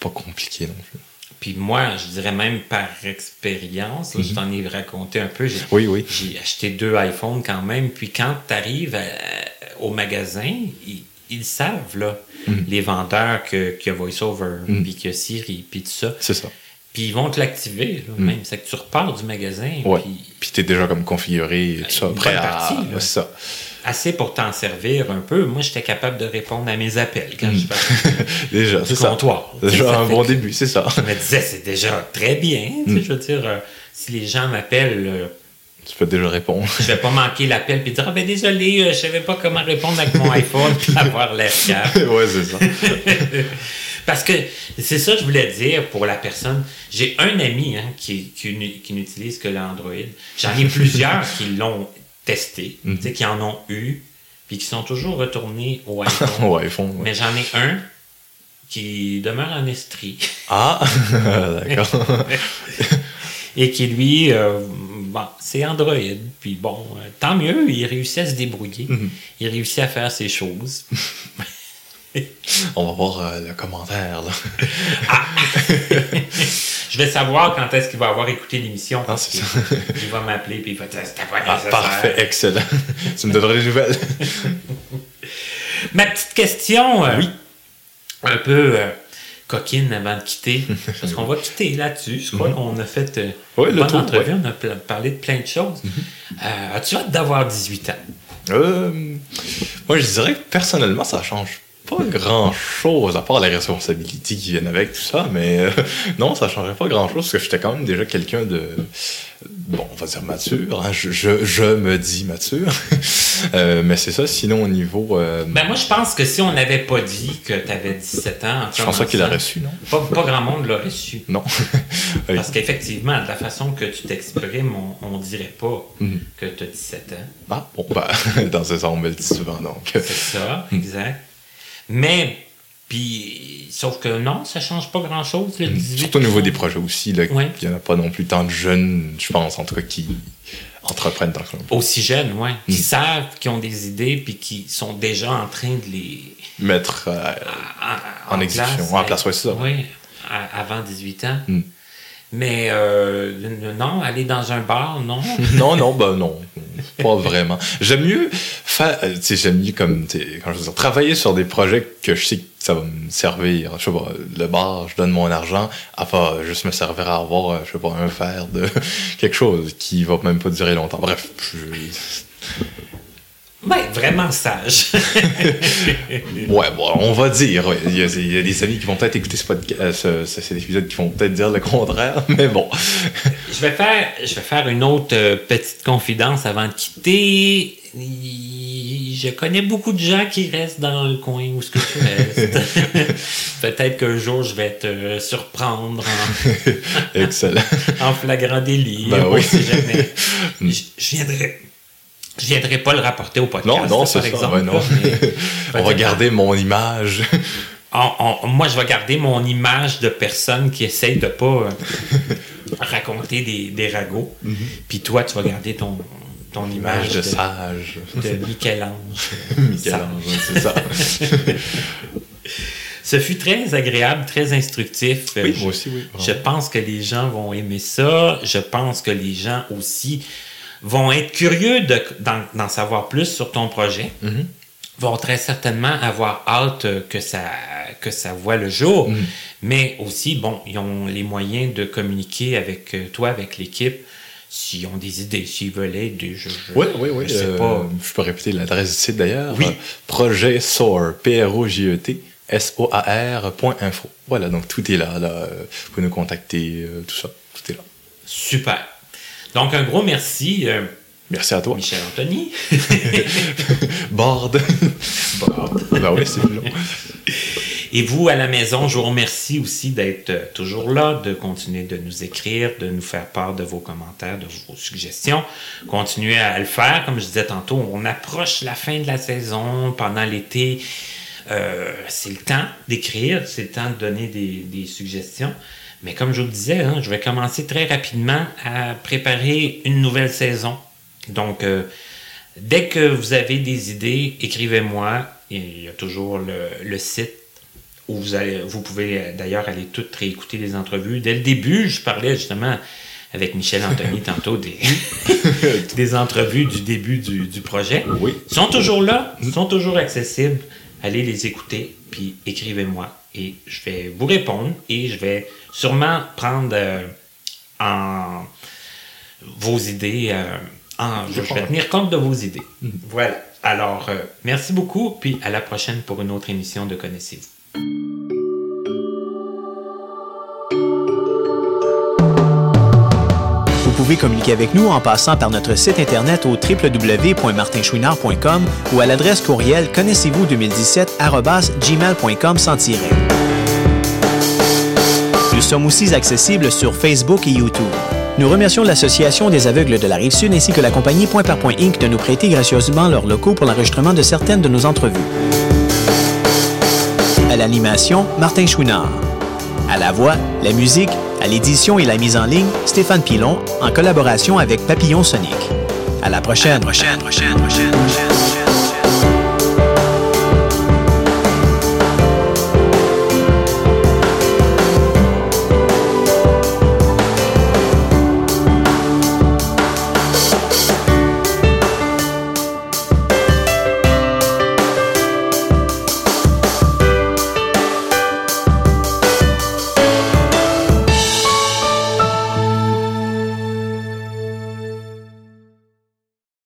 [SPEAKER 3] pas compliqué non plus.
[SPEAKER 2] Puis moi, je dirais même par expérience, là, je t'en ai raconté un peu, j'ai
[SPEAKER 3] Mm-hmm. Oui, oui.
[SPEAKER 2] j'ai acheté deux iPhones quand même. Puis quand tu arrives au magasin, ils, ils savent, là,
[SPEAKER 3] Mm-hmm.
[SPEAKER 2] les vendeurs que- qu'il y a VoiceOver,
[SPEAKER 3] Mm.
[SPEAKER 2] puis qu'il y a Siri, puis tout ça.
[SPEAKER 3] C'est ça.
[SPEAKER 2] Puis ils vont te l'activer, là, même. C'est que tu repars du magasin,
[SPEAKER 3] Mm-hmm. Ouais.
[SPEAKER 2] puis
[SPEAKER 3] Puis t'es déjà comme configuré, tout ça.
[SPEAKER 2] une
[SPEAKER 3] Prêt
[SPEAKER 2] bonne
[SPEAKER 3] à-
[SPEAKER 2] partie, là.
[SPEAKER 3] c'est ça.
[SPEAKER 2] assez pour t'en servir un peu. Moi, j'étais capable de répondre à mes appels quand je partais
[SPEAKER 3] Déjà,
[SPEAKER 2] du
[SPEAKER 3] c'est ça.
[SPEAKER 2] comptoir.
[SPEAKER 3] C'est Déjà
[SPEAKER 2] Ça
[SPEAKER 3] un
[SPEAKER 2] fait
[SPEAKER 3] bon
[SPEAKER 2] que-
[SPEAKER 3] début, c'est ça.
[SPEAKER 2] Je me disais, c'est déjà très bien. tu sais,
[SPEAKER 3] Mm.
[SPEAKER 2] Je veux dire, euh, si les gens m'appellent... euh,
[SPEAKER 3] Tu peux déjà répondre.
[SPEAKER 2] Je vais pas manquer l'appel puis dire ah ben désolé, euh, je savais pas comment répondre avec mon iPhone puis avoir l'air fier.
[SPEAKER 3] ouais, c'est ça.
[SPEAKER 2] Parce que c'est ça que je voulais dire pour la personne. J'ai un ami hein, qui, qui, n- qui n'utilise que l'Android. J'en ai plusieurs qui l'ont testé,
[SPEAKER 3] Mhm.
[SPEAKER 2] tu sais, qui en ont eu, puis qui sont toujours retournés au iPhone.
[SPEAKER 3] ouais, ils font. ouais.
[SPEAKER 2] Mais j'en ai un qui demeure en Estrie
[SPEAKER 3] Ah, d'accord.
[SPEAKER 2] et qui lui, euh, bon, c'est Android. Puis bon, euh, tant mieux, il réussit à se débrouiller.
[SPEAKER 3] Mhm.
[SPEAKER 2] Il réussit à faire ses choses.
[SPEAKER 3] On va voir euh, le commentaire, là.
[SPEAKER 2] Ah! Je vais savoir quand est-ce qu'il va avoir écouté l'émission.
[SPEAKER 3] Ah, c'est
[SPEAKER 2] parce que Il va m'appeler puis il va dire C'était pas
[SPEAKER 3] Ah,
[SPEAKER 2] nécessaire.
[SPEAKER 3] parfait, excellent. tu me donneras des nouvelles.
[SPEAKER 2] Ma petite question, oui. un peu euh, coquine avant de quitter, parce qu'on va quitter là-dessus. Je crois qu'on a fait euh,
[SPEAKER 3] Mhm. Ouais, Mhm.
[SPEAKER 2] une
[SPEAKER 3] le
[SPEAKER 2] bonne
[SPEAKER 3] tour,
[SPEAKER 2] entrevue, on a pl- parlé de plein de choses. Euh, As-tu hâte d'avoir 18 ans
[SPEAKER 3] Euh, moi, je dirais que personnellement, ça change pas grand-chose, à part les responsabilités qui viennent avec tout ça, mais euh, non, ça changerait pas grand-chose, parce que j'étais quand même déjà quelqu'un de, bon, on va dire mature, hein, je, je, je me dis mature, Euh, mais c'est ça, sinon au niveau... euh,
[SPEAKER 2] Ben moi, je pense que si on n'avait pas dit que tu avais 17 ans, en
[SPEAKER 3] je pense pas qu'il
[SPEAKER 2] commençant,
[SPEAKER 3] l'aurait su, non?
[SPEAKER 2] Pas, pas grand monde l'aurait su.
[SPEAKER 3] Non. Oui.
[SPEAKER 2] Parce qu'effectivement, de la façon que tu t'exprimes, on, on dirait pas
[SPEAKER 3] Mhm.
[SPEAKER 2] que tu as 17 ans.
[SPEAKER 3] Ah, bon, bah, dans ce sens, on me le dit souvent, donc... euh,
[SPEAKER 2] C'est ça,
[SPEAKER 3] Mhm.
[SPEAKER 2] exact. Mais, puis, sauf que non, ça change pas grand-chose, le 18
[SPEAKER 3] Mhm. Surtout au niveau des projets aussi, là,
[SPEAKER 2] Ouais.
[SPEAKER 3] il n'y en a pas non plus tant de jeunes, je pense, en tout cas, qui entreprennent dans le club.
[SPEAKER 2] Aussi jeunes, ouais. Qui
[SPEAKER 3] Mm.
[SPEAKER 2] savent, qui ont des idées, puis qui sont déjà en train de les...
[SPEAKER 3] Mettre euh, En exécution, en place, ouais, c'est ça.
[SPEAKER 2] Oui, à- avant 18 ans.
[SPEAKER 3] Mm.
[SPEAKER 2] Mais euh, n- non, aller dans un bar, non.
[SPEAKER 3] non, non, ben non, pas vraiment. J'aime mieux, fa- euh, tu sais, j'aime mieux comme, tu sais, comment je veux dire, travailler sur des projets que je sais que ça va me servir. Je sais pas, le bar, je donne mon argent, à pas juste me servir à avoir, euh, je sais pas, un verre de quelque chose qui va même pas durer longtemps. Bref, je-
[SPEAKER 2] Ouais, vraiment sage.
[SPEAKER 3] ouais, bon, on va dire. ouais. Il y, a- il y a des amis qui vont peut-être écouter ce podcast, euh, ce- ce- cet épisode qui vont peut-être dire le contraire, mais bon.
[SPEAKER 2] Je vais faire, je vais faire une autre euh, petite confidence avant de quitter. Il- Je connais beaucoup de gens qui restent dans le coin où ce que tu restes. Peut-être qu'un jour je vais te euh, surprendre
[SPEAKER 3] Excellent.
[SPEAKER 2] en, en flagrant délit.
[SPEAKER 3] Ben
[SPEAKER 2] on
[SPEAKER 3] oui.
[SPEAKER 2] sait jamais. Je, je viendrai. Je viendrai pas le rapporter au podcast.
[SPEAKER 3] Non, non,
[SPEAKER 2] par
[SPEAKER 3] c'est ça.
[SPEAKER 2] exemple,
[SPEAKER 3] ouais, non.
[SPEAKER 2] là, mais-
[SPEAKER 3] on va garder mon image.
[SPEAKER 2] On- on- moi, je vais garder mon image de personne qui essaye de pas euh, raconter des, des ragots. Puis toi, tu vas garder ton, ton
[SPEAKER 3] Image
[SPEAKER 2] image
[SPEAKER 3] Mhm. de sage.
[SPEAKER 2] de Michel-Ange.
[SPEAKER 3] Michel-Ange, c'est ça.
[SPEAKER 2] Ce fut très agréable, très instructif. Euh,
[SPEAKER 3] Oui,
[SPEAKER 2] je-
[SPEAKER 3] moi aussi, oui.
[SPEAKER 2] Je pense que les gens vont aimer ça. Je pense que les gens aussi vont être curieux de- d'en d'en savoir plus sur ton projet.
[SPEAKER 3] Mhm.
[SPEAKER 2] Vont très certainement avoir hâte euh, que ça, que ça voit le jour.
[SPEAKER 3] Mhm.
[SPEAKER 2] Mais aussi, bon, ils ont les moyens de communiquer avec euh, toi, avec l'équipe, s'ils ont des idées, s'ils veulent aider. Je, je-
[SPEAKER 3] Oui, oui, oui.
[SPEAKER 2] Je sais
[SPEAKER 3] euh,
[SPEAKER 2] pas.
[SPEAKER 3] je peux répéter l'adresse du site d'ailleurs.
[SPEAKER 2] Oui.
[SPEAKER 3] Euh, Projet SOAR, P-R-O-J-E-T, S-O-A-R.info. Voilà, donc tout est là. là. euh, Vous pouvez nous contacter, euh, tout ça. Tout est là.
[SPEAKER 2] Super. Donc, un gros merci, euh,
[SPEAKER 3] Merci à toi.
[SPEAKER 2] Michel Anthony.
[SPEAKER 3] Borde. Borde. ben oui, c'est plus long.
[SPEAKER 2] Et vous, à la maison, je vous remercie aussi d'être euh, toujours là, de continuer de nous écrire, de nous faire part de vos commentaires, de vos suggestions. Continuez à le faire. Comme je disais tantôt, on approche la fin de la saison pendant l'été. euh, c'est le temps d'écrire, c'est le temps de donner des, des suggestions. Mais comme je vous le disais, hein, je vais commencer très rapidement à préparer une nouvelle saison. Donc, euh, Dès que vous avez des idées, écrivez-moi. Il y a toujours le, le site où vous, allez, vous pouvez euh, d'ailleurs aller toutes réécouter les entrevues. Dès le début, je parlais justement avec Michel Anthony tantôt des, des entrevues du début du, du projet.
[SPEAKER 3] Oui.
[SPEAKER 2] Ils sont toujours là, ils sont toujours accessibles. Allez les écouter, puis écrivez-moi et je vais vous répondre et je vais sûrement prendre euh, en vos idées. euh, en, je vais tenir compte de vos idées. Voilà. Alors, euh, merci beaucoup, puis à la prochaine pour une autre émission de Connaissez-vous.
[SPEAKER 1] Vous pouvez communiquer avec nous en passant par notre site internet au www.martinchouinard.com ou à l'adresse courriel connaissez-vous 2017@gmail.com sans tirer. Nous sommes aussi accessibles sur Facebook et YouTube. Nous remercions l'Association des aveugles de la Rive-Sud ainsi que la compagnie Point par Point Inc. de nous prêter gracieusement leurs locaux pour l'enregistrement de certaines de nos entrevues. À l'animation, Martin Chouinard. À la voix, la musique, à l'édition et la mise en ligne, Stéphane Pilon, en collaboration avec Papillon Sonic. À la prochaine, prochaine, prochaine, prochaine.